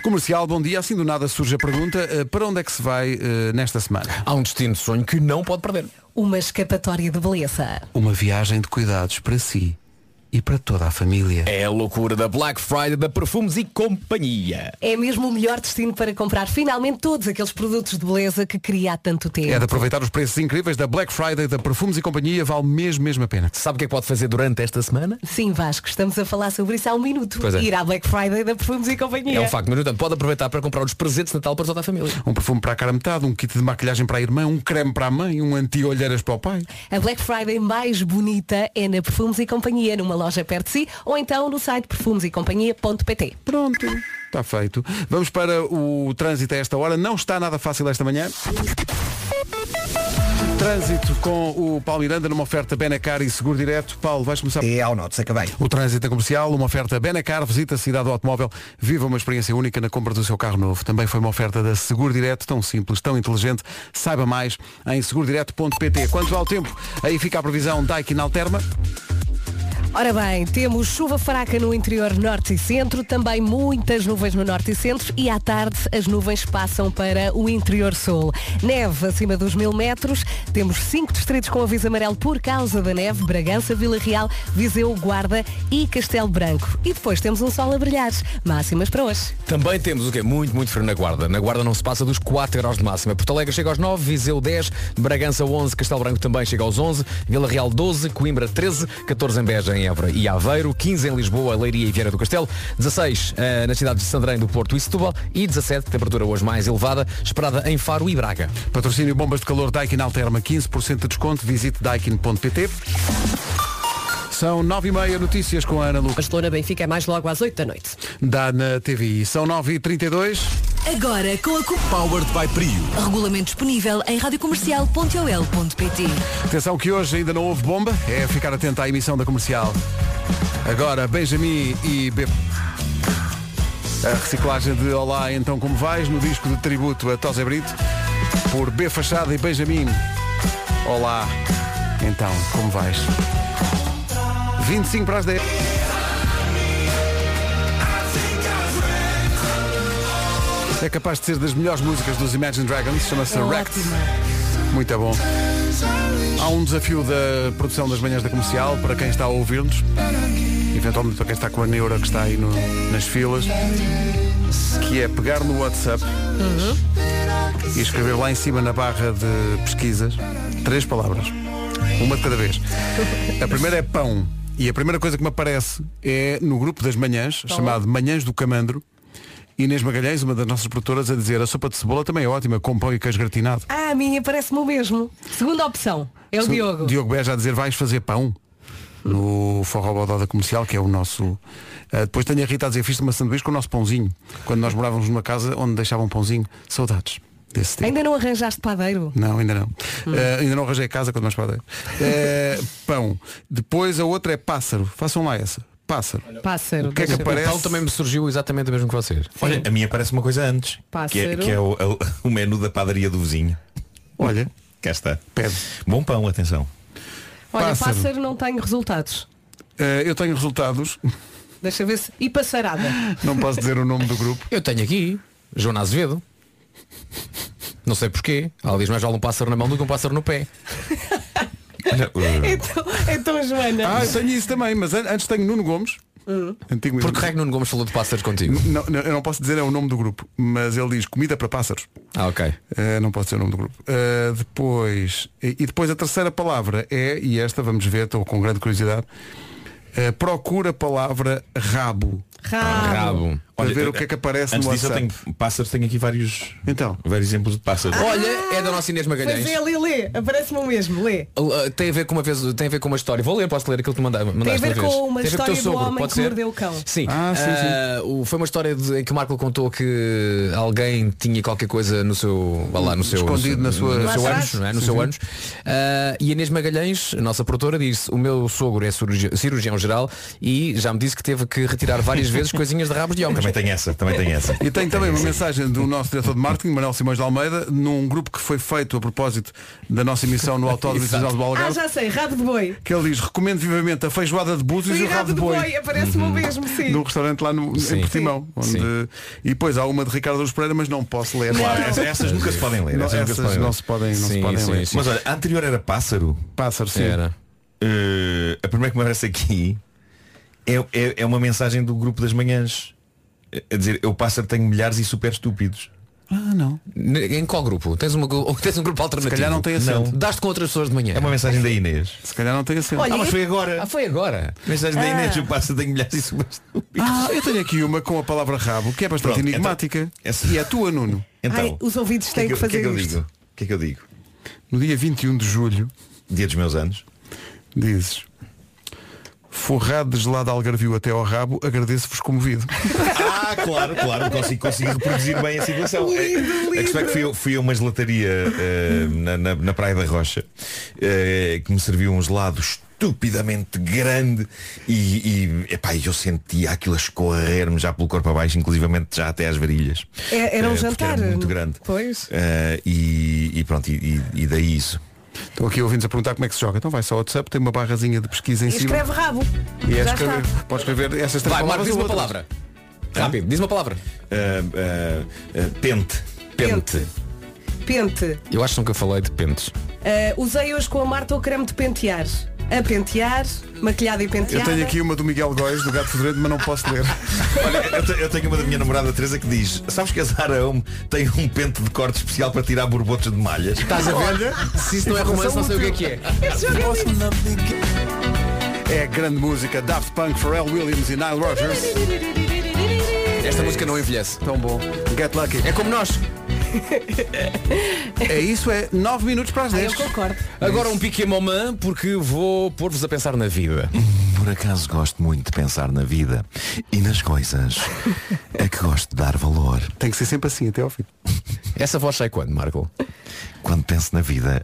Speaker 1: Comercial, bom dia. Assim do nada surge a pergunta, eh, para onde é que se vai eh, nesta semana?
Speaker 8: Há um destino de sonho que não pode perder.
Speaker 3: Uma escapatória de beleza.
Speaker 1: Uma viagem de cuidados para si e para toda a família.
Speaker 8: É a loucura da Black Friday da Perfumes e Companhia.
Speaker 3: É mesmo o melhor destino para comprar finalmente todos aqueles produtos de beleza que queria há tanto tempo.
Speaker 1: É de aproveitar os preços incríveis da Black Friday, da Perfumes e Companhia, vale mesmo, mesmo a pena.
Speaker 8: Sabe o que é que pode fazer durante esta semana?
Speaker 3: Sim, Vasco, estamos a falar sobre isso há um minuto.
Speaker 8: Pois é.
Speaker 3: Ir à Black Friday da Perfumes e Companhia.
Speaker 8: É um facto, mas no entanto pode aproveitar para comprar os presentes de Natal para toda a família.
Speaker 1: Um perfume para a cara metade, um kit de maquilhagem para a irmã, um creme para a mãe, um anti-olheiras para o pai.
Speaker 3: A Black Friday mais bonita é na Perfumes e Companhia, numa loja perto de si, ou então no site perfumesecompanhia.pt.
Speaker 1: Pronto. Está feito. Vamos para o trânsito a esta hora. Não está nada fácil esta manhã. Trânsito com o Paulo Miranda numa oferta Benacar e Seguro Direto. Paulo, vais começar.
Speaker 4: É ao notes, acabei.
Speaker 1: O trânsito é comercial, uma oferta Benacar, visita a cidade do automóvel, viva uma experiência única na compra do seu carro novo. Também foi uma oferta da Seguro Direto, tão simples, tão inteligente. Saiba mais em segurodireto.pt. Quanto ao tempo, aí fica a previsão Daikin Alterma.
Speaker 3: Ora bem, temos chuva fraca no interior norte e centro, também muitas nuvens no norte e centro e à tarde as nuvens passam para o interior sul. Neve acima dos mil metros, temos cinco distritos com aviso amarelo por causa da neve, Bragança, Vila Real, Viseu, Guarda e Castelo Branco. E depois temos um sol a brilhar, máximas para hoje.
Speaker 8: Também temos o quê? Muito, muito frio na Guarda. Na Guarda não se passa dos 4 graus de máxima. Porto Alegre chega aos 9, Viseu 10, Bragança 11, Castelo Branco também chega aos 11, Vila Real 12, Coimbra 13, 14 em Beja, em Évora e Aveiro, 15 em Lisboa, Leiria e Vieira do Castelo, 16 eh, nas cidades de Sandrém, do Porto e Setúbal e 17, temperatura hoje mais elevada, esperada em Faro e Braga.
Speaker 1: Patrocínio Bombas de Calor Daikin Alterma, 15% de desconto. Visite daikin.pt. São 9h30 notícias com a Ana Lucas.
Speaker 13: Barcelona Benfica é mais logo às 8 da noite.
Speaker 1: Dá na TVI. São 9h32.
Speaker 14: Agora com a Copa.
Speaker 1: Powered by Prio.
Speaker 14: Regulamento disponível em radiocomercial.ol.pt
Speaker 1: Atenção que hoje ainda não houve bomba, é ficar atento à emissão da comercial. Agora, Benjamin e Bep. A reciclagem de Olá, então como vais, no disco de tributo a Tosé Brito, por B Fachada e Benjamin. Olá, então como vais? 25 para as 10. É capaz de ser das melhores músicas dos Imagine Dragons, chama-se Wrecked. Muito bom. Há um desafio da produção das manhãs da comercial para quem está a ouvir-nos, eventualmente para quem está com a neura que está aí no- nas filas, que é pegar no WhatsApp e escrever lá em cima na barra de pesquisas três palavras. Uma de cada vez. A primeira é pão. E a primeira coisa que me aparece é no grupo das manhãs, chamado Manhãs do Camandro, Inês Magalhães, uma das nossas produtoras, a dizer a sopa de cebola também é ótima, com pão e queijo gratinado.
Speaker 3: Ah, a minha parece-me o mesmo. Segunda opção. É o
Speaker 1: Se-
Speaker 3: Diogo.
Speaker 1: Diogo Beja a dizer vais fazer pão no Forrobodó da Comercial, que é o nosso. Ah, depois tenho a Rita a dizer fiz uma sanduíche com o nosso pãozinho, quando nós morávamos numa casa onde deixavam pãozinho. Saudades desse tempo.
Speaker 3: Ainda Hum. não arranjaste padeiro?
Speaker 1: Não, ainda não. Ah, ainda não arranjei a casa quando nós para Eh,
Speaker 3: [laughs]
Speaker 1: Pão. Depois a outra é pássaro. Façam lá essa. Pássaro.
Speaker 3: Pássaro.
Speaker 1: O que é que
Speaker 3: deixa-
Speaker 1: aparece?
Speaker 8: Então também me surgiu exatamente o mesmo que vocês.
Speaker 12: Olha, a minha parece uma coisa antes. Que é,
Speaker 13: Pássaro.
Speaker 12: que é o, o- o menu da padaria do vizinho.
Speaker 1: Olha.
Speaker 12: Cá está.
Speaker 1: Pede.
Speaker 12: Bom pão, atenção.
Speaker 3: Olha, pássaro.
Speaker 12: Pássaro.
Speaker 3: não tenho resultados.
Speaker 1: Ah, eu tenho resultados. [laughs]
Speaker 3: Deixa ver se. E passarada.
Speaker 16: [laughs]
Speaker 1: Não posso dizer o nome do
Speaker 3: [laughs]
Speaker 1: grupo.
Speaker 8: Eu tenho aqui Joana Azevedo. Não sei porquê. Ela diz mais vale um pássaro na mão do que um pássaro no pé.
Speaker 1: [laughs]
Speaker 12: eh,
Speaker 1: É,
Speaker 3: Então, então Joana.
Speaker 1: Ah, eu tenho isso também, mas an- antes tenho Nuno Gomes.
Speaker 3: Hum.
Speaker 1: Antigo Porque
Speaker 8: é que Nuno Gomes falou de pássaros contigo?
Speaker 1: Não, não, eu não posso dizer é o nome do grupo, mas ele diz comida para pássaros.
Speaker 8: Ah, ok.
Speaker 1: não posso dizer o nome do grupo. Eh, depois, e e depois a terceira palavra é, e esta vamos ver, estou com grande curiosidade, eh, procura a palavra rabo.
Speaker 3: Rabo.
Speaker 8: Rabo.
Speaker 1: Para ver o que é que aparece
Speaker 12: eh, antes
Speaker 1: no
Speaker 12: disso eu
Speaker 1: WhatsApp.
Speaker 12: tenho pássaros, tenho aqui vários,
Speaker 1: então.
Speaker 12: vários exemplos de pássaros.
Speaker 8: Olha, é da nossa Inês Magalhães.
Speaker 3: Pois é, lê, lê. Aparece-me o mesmo, lê.
Speaker 8: Uh, Tem a ver com uma vez, tem a ver com uma história. Vou ler, posso ler aquilo que tu manda- mandaste
Speaker 3: Tem a ver
Speaker 8: uma vez.
Speaker 3: com uma
Speaker 8: Tem a ver com o
Speaker 3: história
Speaker 8: teu
Speaker 3: do
Speaker 8: sogro,
Speaker 3: homem
Speaker 8: pode
Speaker 3: que
Speaker 8: ser?
Speaker 3: mordeu o cão.
Speaker 8: Sim.
Speaker 3: Ah, sim,
Speaker 8: Ah, o- foi uma história de- em que o Marco contou que alguém tinha qualquer coisa no seu, vá lá, no seu
Speaker 1: Escondido na
Speaker 8: no,
Speaker 1: sua-
Speaker 8: no
Speaker 1: Lá
Speaker 8: seu
Speaker 1: atrás.
Speaker 8: ânus, não é? No
Speaker 1: Sim,
Speaker 8: seu
Speaker 1: sim.
Speaker 8: ânus. Ah, e a Inês Magalhães, a nossa produtora, disse: "O meu sogro é cirurgi- cirurgião geral e já me disse que teve que retirar várias vezes coisinhas de rabos de homens."
Speaker 12: Também tem essa, também tem essa.
Speaker 1: [laughs] E tenho também uma mensagem do nosso diretor de marketing, Manuel Simões de Almeida, num grupo que foi feito a propósito da nossa emissão
Speaker 12: [laughs]
Speaker 1: no Autódromo
Speaker 3: Exato.
Speaker 1: Internacional do
Speaker 3: Ah,
Speaker 1: Algarve,
Speaker 3: já sei, rabo de boi.
Speaker 1: que ele diz, recomendo vivamente a feijoada de búzios e,
Speaker 3: E
Speaker 1: o rabo de boi.
Speaker 3: aparece-me
Speaker 16: Uhum.
Speaker 3: o mesmo, sim.
Speaker 1: num restaurante lá no,
Speaker 8: Sim.
Speaker 1: em Portimão. Onde,
Speaker 8: Sim.
Speaker 1: E depois há uma de Ricardo Luz Pereira, mas não posso ler.
Speaker 12: Claro,
Speaker 1: Não.
Speaker 12: essa- essas nunca se podem ler.
Speaker 1: Não,
Speaker 12: essas nunca
Speaker 1: essas
Speaker 12: se podem ler.
Speaker 1: não se podem, não se
Speaker 12: Sim,
Speaker 1: podem
Speaker 12: sim,
Speaker 1: ler.
Speaker 12: sim. Mas olha, a anterior era pássaro.
Speaker 1: Pássaro, sim.
Speaker 8: Era.
Speaker 12: Eh, a primeira que me aparece aqui é, é, é uma mensagem do grupo das manhãs. Eh, A dizer, eu pássaro tenho milhares e super estúpidos.
Speaker 1: Ah, não.
Speaker 8: N- Em qual grupo? Tens, uma, gru- [laughs] ou tens um grupo alternativo?
Speaker 1: calhar não tem acento.
Speaker 8: Não. Daste com outras pessoas de manhã.
Speaker 12: É uma mensagem da Inês.
Speaker 1: Se calhar não tem acento.
Speaker 8: Olha,
Speaker 12: ah, mas
Speaker 8: eu-
Speaker 12: foi agora.
Speaker 8: Ah, foi agora.
Speaker 12: Mensagem da
Speaker 8: Ah.
Speaker 12: Inês, eu pássaro tenho milhares e super estúpidos.
Speaker 1: Ah, eu tenho aqui uma com a palavra rabo, que é bastante
Speaker 12: Pronto, então-
Speaker 1: enigmática.
Speaker 12: essa-
Speaker 1: E é a tua, Nuno.
Speaker 12: Então,
Speaker 3: Ai, os ouvidos
Speaker 12: que é
Speaker 3: têm que,
Speaker 12: que, eu- que
Speaker 3: fazer
Speaker 12: é que eu
Speaker 3: isto.
Speaker 12: digo? O que é que eu digo?
Speaker 1: No dia 21 de julho,
Speaker 12: Dia dos meus anos.
Speaker 1: dizes. Forrado de gelado algarvio até ao rabo, agradeço-vos comovido.
Speaker 12: Ah, claro, claro, consigo, consigo reproduzir bem a situação.
Speaker 3: Lindo,
Speaker 12: a questão é que fui, eu- fui a uma gelataria eh, na, na- na Praia da Rocha eh, que me serviu um gelado estupidamente grande e, e epá, eu sentia aquilo a escorrer-me já pelo corpo abaixo, inclusivamente já até às varilhas.
Speaker 3: É- era um
Speaker 12: Eh, porque
Speaker 3: jantar.
Speaker 12: Era muito grande.
Speaker 3: Pois.
Speaker 12: Eh, e, e pronto, e, e- e daí isso.
Speaker 1: Estão aqui ouvintes a perguntar como é que se joga. Então vai só ao WhatsApp, tem uma barrazinha de pesquisa em
Speaker 3: E
Speaker 1: cima.
Speaker 3: escreve rabo.
Speaker 1: E é
Speaker 3: já
Speaker 1: escrever.
Speaker 3: está.
Speaker 1: Podes escrever essas três
Speaker 8: Vai, Marco,
Speaker 1: palavras
Speaker 8: diz
Speaker 1: ou
Speaker 8: uma
Speaker 1: outras.
Speaker 8: palavra. Rápido, diz uma palavra.
Speaker 12: Eh, eh, eh, pente.
Speaker 3: Pente. Pente.
Speaker 8: Eu acho que nunca falei de pentes.
Speaker 3: Ah, usei hoje com a Marta o creme de pentear. A pentear, maquilhada e
Speaker 1: Eu
Speaker 3: penteada.
Speaker 1: tenho aqui uma do Miguel Góis, do Gato Fedorento, mas não posso ler.
Speaker 12: Olha, eu, te- eu tenho uma da minha namorada Teresa que diz, sabes que a Zara Home tem um pente de corte especial para tirar borbotas de
Speaker 8: [laughs]
Speaker 12: malhas?
Speaker 8: Estás a ver?
Speaker 1: [laughs]
Speaker 8: Se isso não é romance, não sei o que é que é.
Speaker 3: Esse jogo é lindo.
Speaker 1: É grande música, Daft Punk, Pharrell Williams e Nile Rogers.
Speaker 8: Esta música não envelhece.
Speaker 1: Tão bom. Get lucky.
Speaker 8: É como nós.
Speaker 1: É isso, é 9 minutos para as
Speaker 3: Ah,
Speaker 1: 10.
Speaker 3: eu concordo.
Speaker 8: Agora um pique mamã porque vou pôr-vos a pensar na vida.
Speaker 12: [laughs] Por acaso gosto muito de pensar na vida e nas coisas a que gosto de dar valor.
Speaker 1: Tem que ser sempre assim até ao fim.
Speaker 8: Essa voz sai quando, Marco?
Speaker 12: Quando penso na vida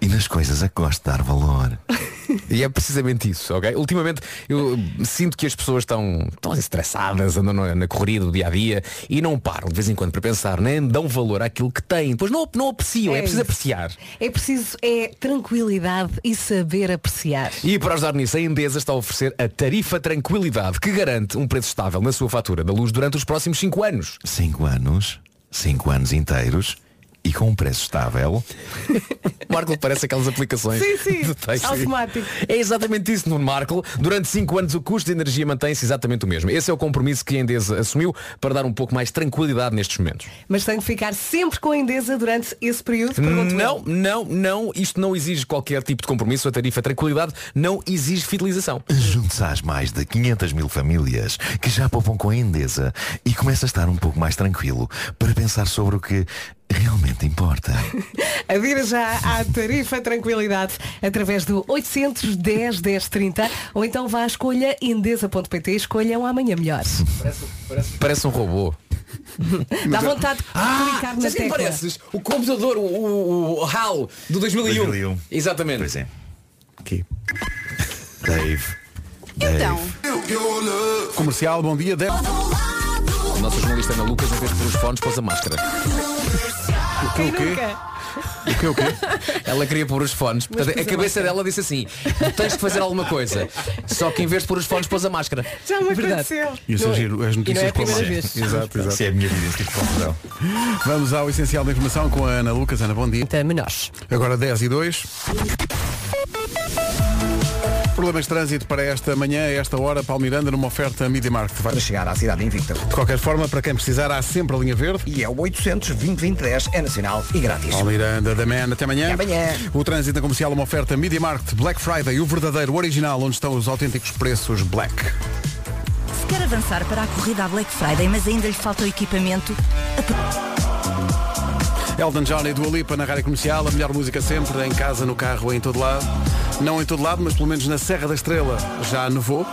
Speaker 12: e nas coisas a que gosto de dar valor.
Speaker 8: E é precisamente isso, ok? Ultimamente eu sinto que as pessoas estão, estão estressadas, andam na, na corrida do dia a dia e não param de vez em quando para pensar, nem dão valor àquilo que têm. Depois não, não apreciam, é,
Speaker 3: É
Speaker 8: preciso
Speaker 3: isso.
Speaker 8: apreciar.
Speaker 3: É preciso é tranquilidade e saber apreciar.
Speaker 8: E para ajudar nisso, a Endesa está a oferecer a tarifa tranquilidade que garante um preço estável na sua fatura da luz durante os próximos 5 anos.
Speaker 12: Cinco anos, cinco anos inteiros e com um preço estável.
Speaker 8: Marco parece aquelas aplicações
Speaker 3: Sim, sim,
Speaker 8: de texto.
Speaker 3: automático.
Speaker 8: É exatamente isso, Nuno Marco. Durante 5 anos o custo de energia mantém-se exatamente o mesmo. Esse é o compromisso que a Endesa assumiu para dar um pouco mais de tranquilidade nestes momentos.
Speaker 3: Mas tem que ficar sempre com a Endesa durante esse período? Pergunto eu.
Speaker 8: Não, não, não, isto não exige qualquer tipo de compromisso, a tarifa tranquilidade não exige fidelização.
Speaker 12: Junte-se às mais de 500 mil famílias que já poupam com a Endesa e começa a estar um pouco mais tranquilo para pensar sobre o que realmente importa.
Speaker 3: Adira já à tarifa tranquilidade através do 810 1030 ou então vá à escolha endesa.pt e escolha um amanhã melhor.
Speaker 8: Parece um robô.
Speaker 3: Dá vontade de
Speaker 8: Ah,
Speaker 1: Ah,
Speaker 3: clicar na
Speaker 8: Sabes quem
Speaker 3: tecla.
Speaker 8: pareces? O computador, o, o, o HAL do 2001. Exatamente. Pois
Speaker 12: um. é. Dave.
Speaker 1: Então. Comercial, bom dia. Deve...
Speaker 8: O nosso jornalista Ana Lucas, em vez de pôr os fones, pôs a máscara.
Speaker 1: O que o quê? O [laughs] que o quê?
Speaker 8: Ela queria pôr os fones.
Speaker 1: Mas
Speaker 8: Portanto, a
Speaker 1: pôs a
Speaker 8: cabeça
Speaker 1: máscara.
Speaker 8: dela disse assim, "Tu tens de fazer alguma coisa. Só que em vez de pôr os fones, pôs a máscara.
Speaker 3: Já me
Speaker 8: Verdade.
Speaker 3: aconteceu.
Speaker 1: E isso é giro, as notícias com a mão. Exato,
Speaker 12: Exato,
Speaker 1: exato.
Speaker 12: Se é a minha vida, que confusão.
Speaker 1: Vamos ao essencial da informação com a Ana Lucas. Ana, bom dia.
Speaker 13: Estamos nós.
Speaker 1: Agora 10 e 2. Problemas de trânsito para esta manhã, a esta hora, Palmiranda, numa oferta Media Market. Vai... Para
Speaker 4: chegar à cidade invicta. De
Speaker 1: qualquer forma, para quem precisar, há sempre a linha verde.
Speaker 4: E é o 800 2010 é nacional e grátis.
Speaker 1: Palmiranda, da Man, até amanhã.
Speaker 4: Até amanhã.
Speaker 1: O trânsito na comercial, uma oferta Media Market, Black Friday, o verdadeiro, o original, onde estão os autênticos preços Black.
Speaker 14: Se quer avançar para a corrida à Black Friday, mas ainda lhe falta o equipamento,
Speaker 1: Elton John e Dua Lipa na Rádio Comercial, a melhor música sempre, em casa, no carro, em todo lado. Não em todo lado, mas pelo menos na Serra da Estrela já nevou.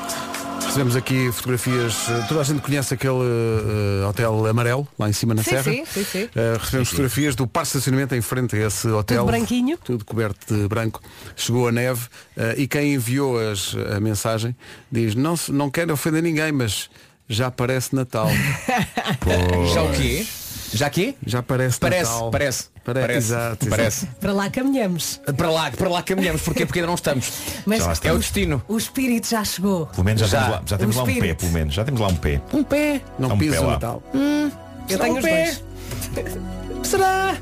Speaker 1: Recebemos aqui fotografias, eh, toda a gente conhece aquele eh, hotel amarelo, lá em cima na
Speaker 3: Sim,
Speaker 1: Serra.
Speaker 3: sim, sim, sim.
Speaker 1: Eh, recebemos fotografias do parque de estacionamento em frente a esse hotel.
Speaker 3: Tudo branquinho.
Speaker 1: Tudo coberto de branco. Chegou a neve eh, e quem enviou as- a mensagem diz, não, se- não quero ofender ninguém, mas já parece Natal.
Speaker 8: Já o quê? Já quê?
Speaker 1: Já parece,
Speaker 8: Parece,
Speaker 1: Natal.
Speaker 8: parece.
Speaker 1: Pare-
Speaker 8: Parece.
Speaker 1: Exato,
Speaker 8: Parece.
Speaker 1: exato.
Speaker 3: Para lá caminhamos.
Speaker 8: Para lá, para lá caminhamos. Porquê? Porque ainda não estamos.
Speaker 3: Mas-
Speaker 12: Já lá
Speaker 8: é o
Speaker 12: estamos.
Speaker 8: destino.
Speaker 3: O espírito já chegou.
Speaker 12: Pelo menos já,
Speaker 8: Já.
Speaker 12: temos lá, já temos
Speaker 3: Um
Speaker 12: lá um pé,
Speaker 3: espírito.
Speaker 12: pelo menos. Já temos lá um pé.
Speaker 3: Um pé.
Speaker 1: Não
Speaker 12: Há um
Speaker 1: pises
Speaker 12: pé
Speaker 1: o
Speaker 12: lá.
Speaker 1: Natal.
Speaker 3: Eu tenho os dois.
Speaker 8: Será?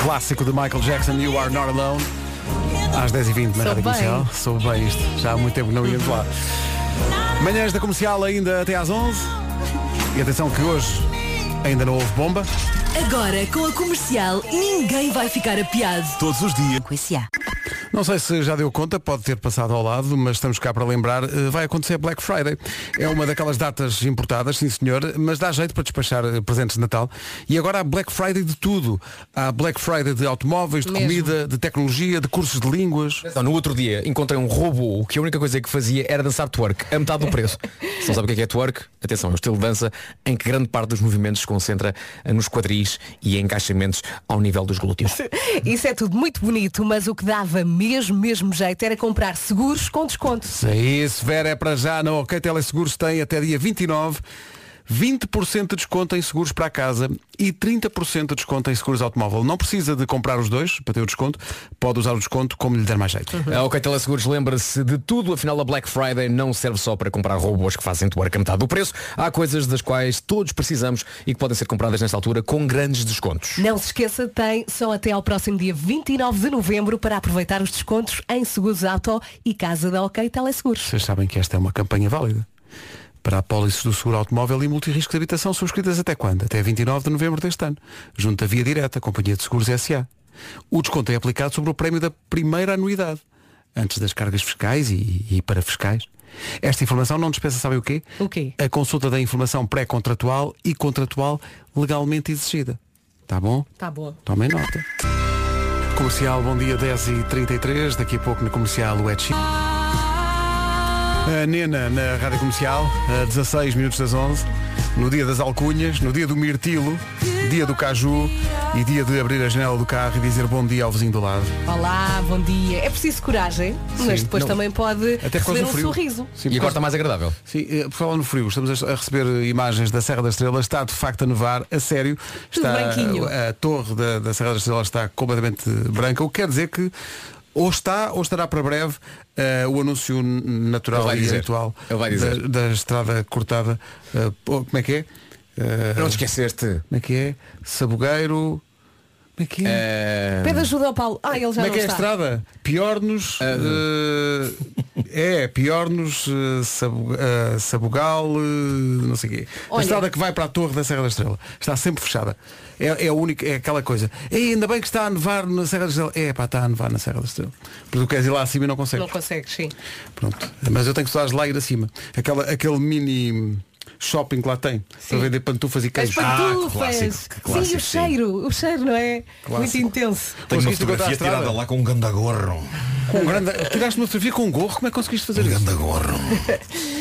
Speaker 1: Clássico de Michael Jackson, You Are Not Alone. Às 10h20 na
Speaker 7: Sou
Speaker 1: Rádio
Speaker 7: bem.
Speaker 1: Comercial. Soube bem isto. Já há muito tempo que não íamos lá. Manhãs da Comercial ainda até às 11 E atenção que hoje ainda não houve bomba.
Speaker 14: agora com a comercial, ninguém vai ficar apiado.
Speaker 1: Todos os dias. Não sei se já deu conta, pode ter passado ao lado, mas estamos cá para lembrar, eh, vai acontecer Black Friday. É uma daquelas datas importadas, sim senhor, mas dá jeito para despachar eh, presentes de Natal. E agora há Black Friday de tudo. Há Black Friday de automóveis, de
Speaker 8: Mesmo.
Speaker 1: comida, de tecnologia, de cursos de línguas.
Speaker 8: Então, no outro dia encontrei um robô que a única coisa que fazia era dançar twerk a metade do preço. Se não sabe o que é que é twerk, atenção, é um estilo de dança em que grande parte dos movimentos se concentra eh, nos quadris e em encaixamentos ao nível dos glúteos.
Speaker 3: Isso é tudo muito bonito, mas o que dava mesmo, mesmo jeito era comprar seguros com desconto.
Speaker 1: Se isso, Vera, é para já na OK Teleseguros tem até dia 29 20% de desconto em seguros para a casa e 30% de desconto em seguros de automóvel. Não precisa de comprar os dois para ter o desconto, pode usar o desconto como lhe der mais jeito.
Speaker 8: A Eh, OK Teleseguros lembra-se de tudo, afinal a Black Friday não serve só para comprar robôs que fazem twerk a metade do preço, há coisas das quais todos precisamos e que podem ser compradas nesta altura com grandes descontos.
Speaker 3: Não se esqueça, tem só até ao próximo dia 29 de novembro para aproveitar os descontos em seguros auto e casa da OK Teleseguros.
Speaker 1: Vocês sabem que esta é uma campanha válida para apólices do seguro automóvel e multirrisco de habitação subscritas até quando? Até 29 de novembro deste ano, junto à Via Direta, Companhia de Seguros SA. O desconto é aplicado sobre o prémio da primeira anuidade, antes das cargas fiscais e, e para fiscais. Esta informação não dispensa, sabem o quê?
Speaker 3: O quê?
Speaker 1: A consulta da informação pré-contratual e contratual legalmente exigida. Tá bom?
Speaker 3: Tá bom.
Speaker 1: Tomem nota. Comercial, bom dia, 10h33. Daqui a pouco no comercial o Etchi. A Nena na Rádio Comercial, a 16 minutos das 11. No dia das alcunhas, no dia do mirtilo, dia do caju e dia de abrir a janela do carro e dizer bom dia ao vizinho do lado.
Speaker 3: Olá, bom dia. É preciso coragem, mas
Speaker 1: Sim,
Speaker 3: depois
Speaker 1: não.
Speaker 3: também pode
Speaker 1: Até por causa
Speaker 3: receber
Speaker 1: do
Speaker 3: um
Speaker 1: frio.
Speaker 3: sorriso.
Speaker 1: Sim, por causa-
Speaker 8: agradável.
Speaker 1: Sim, eh, por falar no frio, estamos a a receber eh, imagens da Serra da Estrela, está de facto a nevar, a sério.
Speaker 3: Tudo
Speaker 1: Está, eh,
Speaker 3: branquinho.
Speaker 1: a, a torre da, da Serra da Estrela está completamente branca, o que quer dizer que ou está ou estará para breve eh, o anúncio n- natural
Speaker 8: Ele vai
Speaker 1: e
Speaker 8: dizer.
Speaker 1: habitual
Speaker 8: Ele vai
Speaker 1: da,
Speaker 8: dizer.
Speaker 1: da estrada cortada. eh, pô, como é que é? eh,
Speaker 8: Não te esqueceste.
Speaker 1: Como é que é? Sabugueiro. Como é que
Speaker 8: Eh,
Speaker 1: é?
Speaker 3: Pede ajuda ao Paulo. Ah, ele já
Speaker 1: Como é
Speaker 3: não
Speaker 1: que é a
Speaker 3: está.
Speaker 1: estrada? Pior-nos. eh, é, pior-nos, eh, Sabu- eh, Sabugal, eh, não sei o quê. A
Speaker 3: Olha.
Speaker 1: estrada que vai para a Torre da Serra da Estrela. Está sempre fechada. É, é a única, é aquela coisa. E ainda bem que está a nevar na Serra da Estrela. É, pá, está a nevar na Serra da Estrela. Porque tu queres ir lá acima e não consegues.
Speaker 3: Não consegues, sim.
Speaker 1: Pronto. Mas eu tenho que estudar lá e ir acima. Aquela, aquele mini shopping que lá tem. Para vender pantufas e
Speaker 3: As
Speaker 1: queijos.
Speaker 12: ah,
Speaker 3: pantufas. sim, o cheiro, o cheiro, não é?
Speaker 1: Clássico.
Speaker 3: Muito intenso.
Speaker 12: Tenho uma
Speaker 1: Conseguiste encontrar a
Speaker 12: fotografia
Speaker 1: estrada?
Speaker 12: tirada lá com um gandagorro.
Speaker 1: Com um grande... Tiraste uma fotografia com um gorro? Como é que conseguiste fazer isso?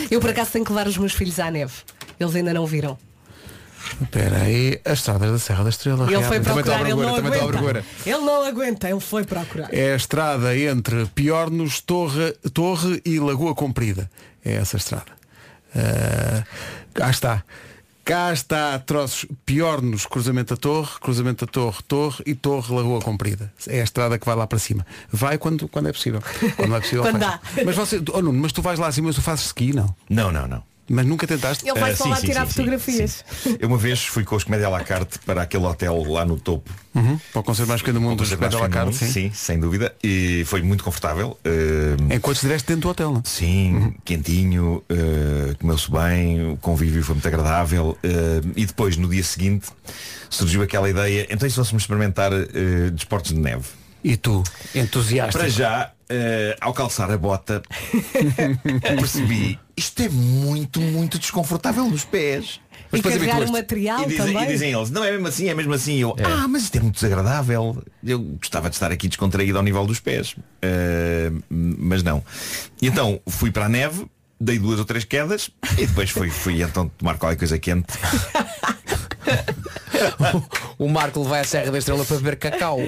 Speaker 3: Eu por acaso tenho que levar os meus filhos à neve. Eles ainda não viram.
Speaker 1: Espera aí, as estradas da Serra da Estrela.
Speaker 3: Ele
Speaker 1: realmente.
Speaker 3: foi
Speaker 1: Também está à
Speaker 3: procurar, ele
Speaker 1: Bregoura,
Speaker 3: não
Speaker 1: também está à Bregoura.
Speaker 3: aguenta. Ele não aguenta, ele foi procurar.
Speaker 1: É a estrada entre Piornos, Torre, Torre e Lagoa Comprida. É essa estrada. Ah, cá está. Cá está, troços Piornos, cruzamento da Torre, cruzamento da Torre, Torre e Torre Lagoa Comprida. É a estrada que vai lá para cima. Vai quando, quando é possível. Quando não é possível.
Speaker 3: Quando
Speaker 1: faz.
Speaker 3: dá.
Speaker 1: Mas, você, oh, Nuno, mas tu vais lá acima, mas tu fazes ski, não?
Speaker 12: Não, não, não.
Speaker 1: Mas nunca tentaste?
Speaker 3: Ele vai
Speaker 12: Ah,
Speaker 3: só
Speaker 12: sim,
Speaker 3: lá
Speaker 12: sim,
Speaker 3: tirar
Speaker 12: sim,
Speaker 3: fotografias.
Speaker 12: Eu uma vez fui com os comédia à la carte para aquele hotel lá no topo.
Speaker 1: Uhum. Para o concerto mais pequeno do mundo,
Speaker 12: Para
Speaker 1: dos
Speaker 12: o concerto
Speaker 1: à la
Speaker 12: mais pequeno do
Speaker 1: carte,
Speaker 12: mundo,
Speaker 1: sim.
Speaker 12: sim, sem dúvida. E foi muito confortável. Eh,
Speaker 1: Enquanto estiveste dentro do hotel, não?
Speaker 12: Sim, quentinho, eh, comeu-se bem, o convívio foi muito agradável. eh, e depois, no dia seguinte, surgiu aquela ideia, então e se fôssemos experimentar eh, desportos de neve?
Speaker 1: E tu, entusiasta?
Speaker 12: Para já, eh, ao calçar a bota, [laughs] percebi, isto é muito, muito desconfortável nos pés.
Speaker 3: E carregar o
Speaker 12: habituaste.
Speaker 3: material
Speaker 12: e dizem,
Speaker 3: também.
Speaker 12: e dizem eles, não é mesmo assim, é mesmo assim. E Eu, ah, mas isto é muito desagradável. Eu gostava de estar aqui descontraído ao nível dos pés. Ah, mas não. E então fui para a neve, dei duas ou três quedas e depois fui, fui então tomar qualquer coisa quente.
Speaker 8: O Marco vai à Serra da Estrela para beber cacau.
Speaker 1: O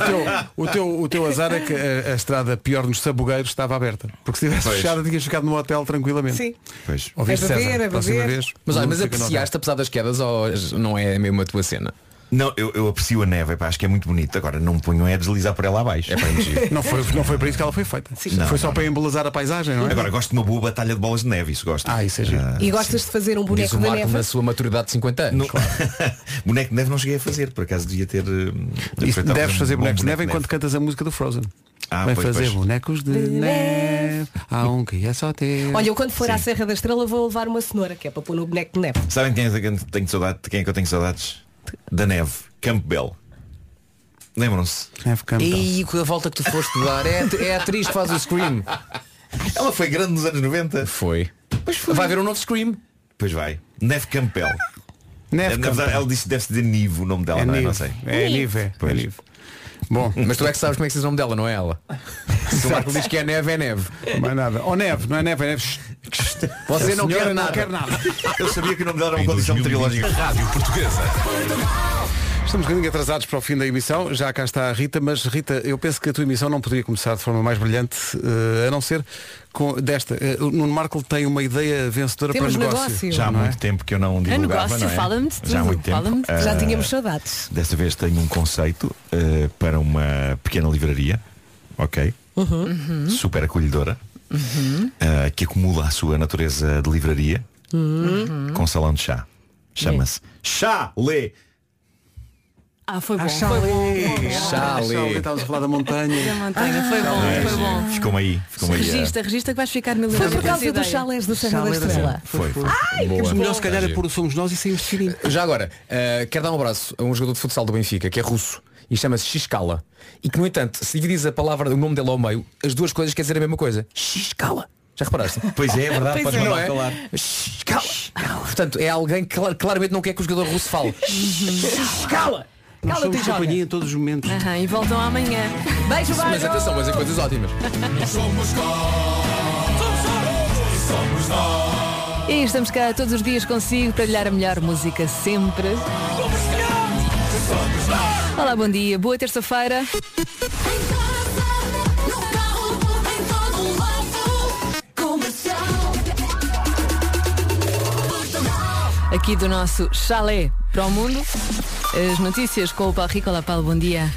Speaker 1: teu, o, teu, o teu azar é que a, a estrada pior nos sabugueiros estava aberta. Porque se tivesse
Speaker 8: Pois.
Speaker 1: fechada tinhas ficado no hotel tranquilamente.
Speaker 3: Sim.
Speaker 12: Pois.
Speaker 1: Ouviste
Speaker 8: É beber,
Speaker 1: César?
Speaker 8: é
Speaker 1: Próxima
Speaker 8: beber.
Speaker 1: vez.
Speaker 8: Mas, olha,
Speaker 1: não
Speaker 8: mas
Speaker 12: é
Speaker 1: fica no hotel.
Speaker 8: apreciaste apesar das quedas ou não é mesmo a tua cena?
Speaker 12: Não, eu, eu aprecio a neve, epá, acho que é muito bonito. Agora não me ponho é a deslizar por ela abaixo. É para
Speaker 1: Não foi, não foi para isso que ela foi feita.
Speaker 12: Não,
Speaker 1: foi só para embelezar a paisagem, não é?
Speaker 12: [laughs] Agora gosto de uma boa batalha de bolas de neve, isso gosto. Ah,
Speaker 1: isso é
Speaker 3: E gostas de fazer um
Speaker 12: Diz
Speaker 3: boneco
Speaker 12: o
Speaker 3: da
Speaker 12: Marco
Speaker 3: neve?
Speaker 12: na
Speaker 8: sua maturidade de 50 anos.
Speaker 12: [laughs] boneco de neve não cheguei a fazer, por acaso devia ter. hum,
Speaker 1: Isso,
Speaker 12: aproveitado
Speaker 1: deves
Speaker 12: um
Speaker 1: fazer
Speaker 12: bom
Speaker 1: bonecos de
Speaker 12: boneco
Speaker 1: neve enquanto cantas a música do Frozen.
Speaker 12: Ah,
Speaker 1: Vai
Speaker 12: pois,
Speaker 1: fazer
Speaker 12: pois.
Speaker 1: bonecos de,
Speaker 3: De
Speaker 1: neve. Há um que é só ter.
Speaker 3: Olha, eu quando for à Serra da Estrela vou levar uma cenoura, que é para pôr no boneco de neve.
Speaker 12: Sabem quem é, que eu tenho saudade, de quem é que eu tenho saudades? Da neve. Campbell. Lembram-se?
Speaker 1: Neve
Speaker 8: E com a volta que tu foste dar, é, a- é a atriz que faz o Scream.
Speaker 12: Ela foi grande nos anos 90.
Speaker 8: Foi.
Speaker 12: Pois
Speaker 8: Vai haver um novo Scream.
Speaker 12: Pois vai. Neve Campbell. É,
Speaker 1: Neve
Speaker 12: Na verdade,
Speaker 1: Campbell.
Speaker 12: ela disse deve-se dizer Nive o nome dela,
Speaker 1: É
Speaker 12: não é?
Speaker 1: Nive.
Speaker 12: Não sei.
Speaker 1: É Nive, é.
Speaker 12: Pois.
Speaker 1: É Nive. Bom.
Speaker 8: Mas tu é que sabes como é que se diz o nome dela, não é ela? Se
Speaker 1: [laughs]
Speaker 8: o Marco diz que é neve, é neve.
Speaker 1: Mais nada. Ou neve, não é neve, é neve.
Speaker 8: Você
Speaker 1: A
Speaker 8: não
Speaker 1: senhora
Speaker 8: quer
Speaker 1: não
Speaker 8: nada.
Speaker 1: quer nada.
Speaker 12: Eu sabia que o nome dela era uma condição trilógica.
Speaker 7: Rádio Portuguesa.
Speaker 1: Estamos um bocadinho atrasados para o fim da emissão, já cá está a Rita, mas Rita, eu penso que a tua emissão não poderia começar de forma mais brilhante, eh, a não ser com desta. Eh, o Nuno Marco tem uma ideia vencedora
Speaker 3: Temos
Speaker 1: para negócio.
Speaker 3: negócio.
Speaker 12: Já há muito tempo que eu não divulgava, não é? Já há muito tempo.
Speaker 3: Já
Speaker 12: Ah,
Speaker 3: tínhamos saudades.
Speaker 12: Desta vez tenho um conceito eh, para uma pequena livraria, ok?
Speaker 11: Uhum.
Speaker 12: Super acolhedora, eh, que acumula a sua natureza de livraria
Speaker 11: Uhum.
Speaker 12: com salão de chá. Chama-se Chá-Lê.
Speaker 11: Ah, foi bom.
Speaker 1: Chale.
Speaker 11: Foi bom.
Speaker 1: Chale. Chale,
Speaker 12: tá.
Speaker 1: Estávamos a falar da montanha.
Speaker 11: Da montanha, foi bom, foi bom.
Speaker 12: Ficou-me aí,
Speaker 8: é.
Speaker 12: ficou-me aí. eh,
Speaker 11: Regista, regista que vais ficar mil
Speaker 3: Foi por causa dos chalés da Serra da Estrela.
Speaker 12: Foi,
Speaker 11: Ah,
Speaker 12: foi.
Speaker 1: Mas melhor se calhar é
Speaker 8: Giro.
Speaker 1: pôr o somos nós e saímos de fininho.
Speaker 8: Já agora, eh, quero dar um abraço a um jogador de futsal do Benfica, que é russo, e chama-se Xiscala. E que, no entanto, se divides a palavra, o nome dele ao meio, as duas coisas quer dizer a mesma coisa. Xiscala. Já reparaste?
Speaker 12: [laughs] Pois é, é
Speaker 8: Pois
Speaker 12: verdade, podes
Speaker 8: é.
Speaker 12: mandar
Speaker 8: Não é?
Speaker 12: calar.
Speaker 8: Xiscala. Portanto, é alguém que clar- claramente não quer que o jogador russo fale. Xiscala.
Speaker 1: Nós
Speaker 11: Cala-te e
Speaker 1: somos
Speaker 11: joga.
Speaker 1: companhia em todos os momentos.
Speaker 11: Aham, Ah, e voltam amanhã. Beijo, beijo.
Speaker 8: Mas atenção, mas é coisas ótimas.
Speaker 7: Somos nós. Somos nós.
Speaker 11: E estamos cá todos os dias consigo para lhe dar a melhor música sempre. Olá, bom dia, boa terça-feira. Aqui do nosso chalé para o mundo. As notícias com o Paulo Rico. Olá, Paulo, bom dia.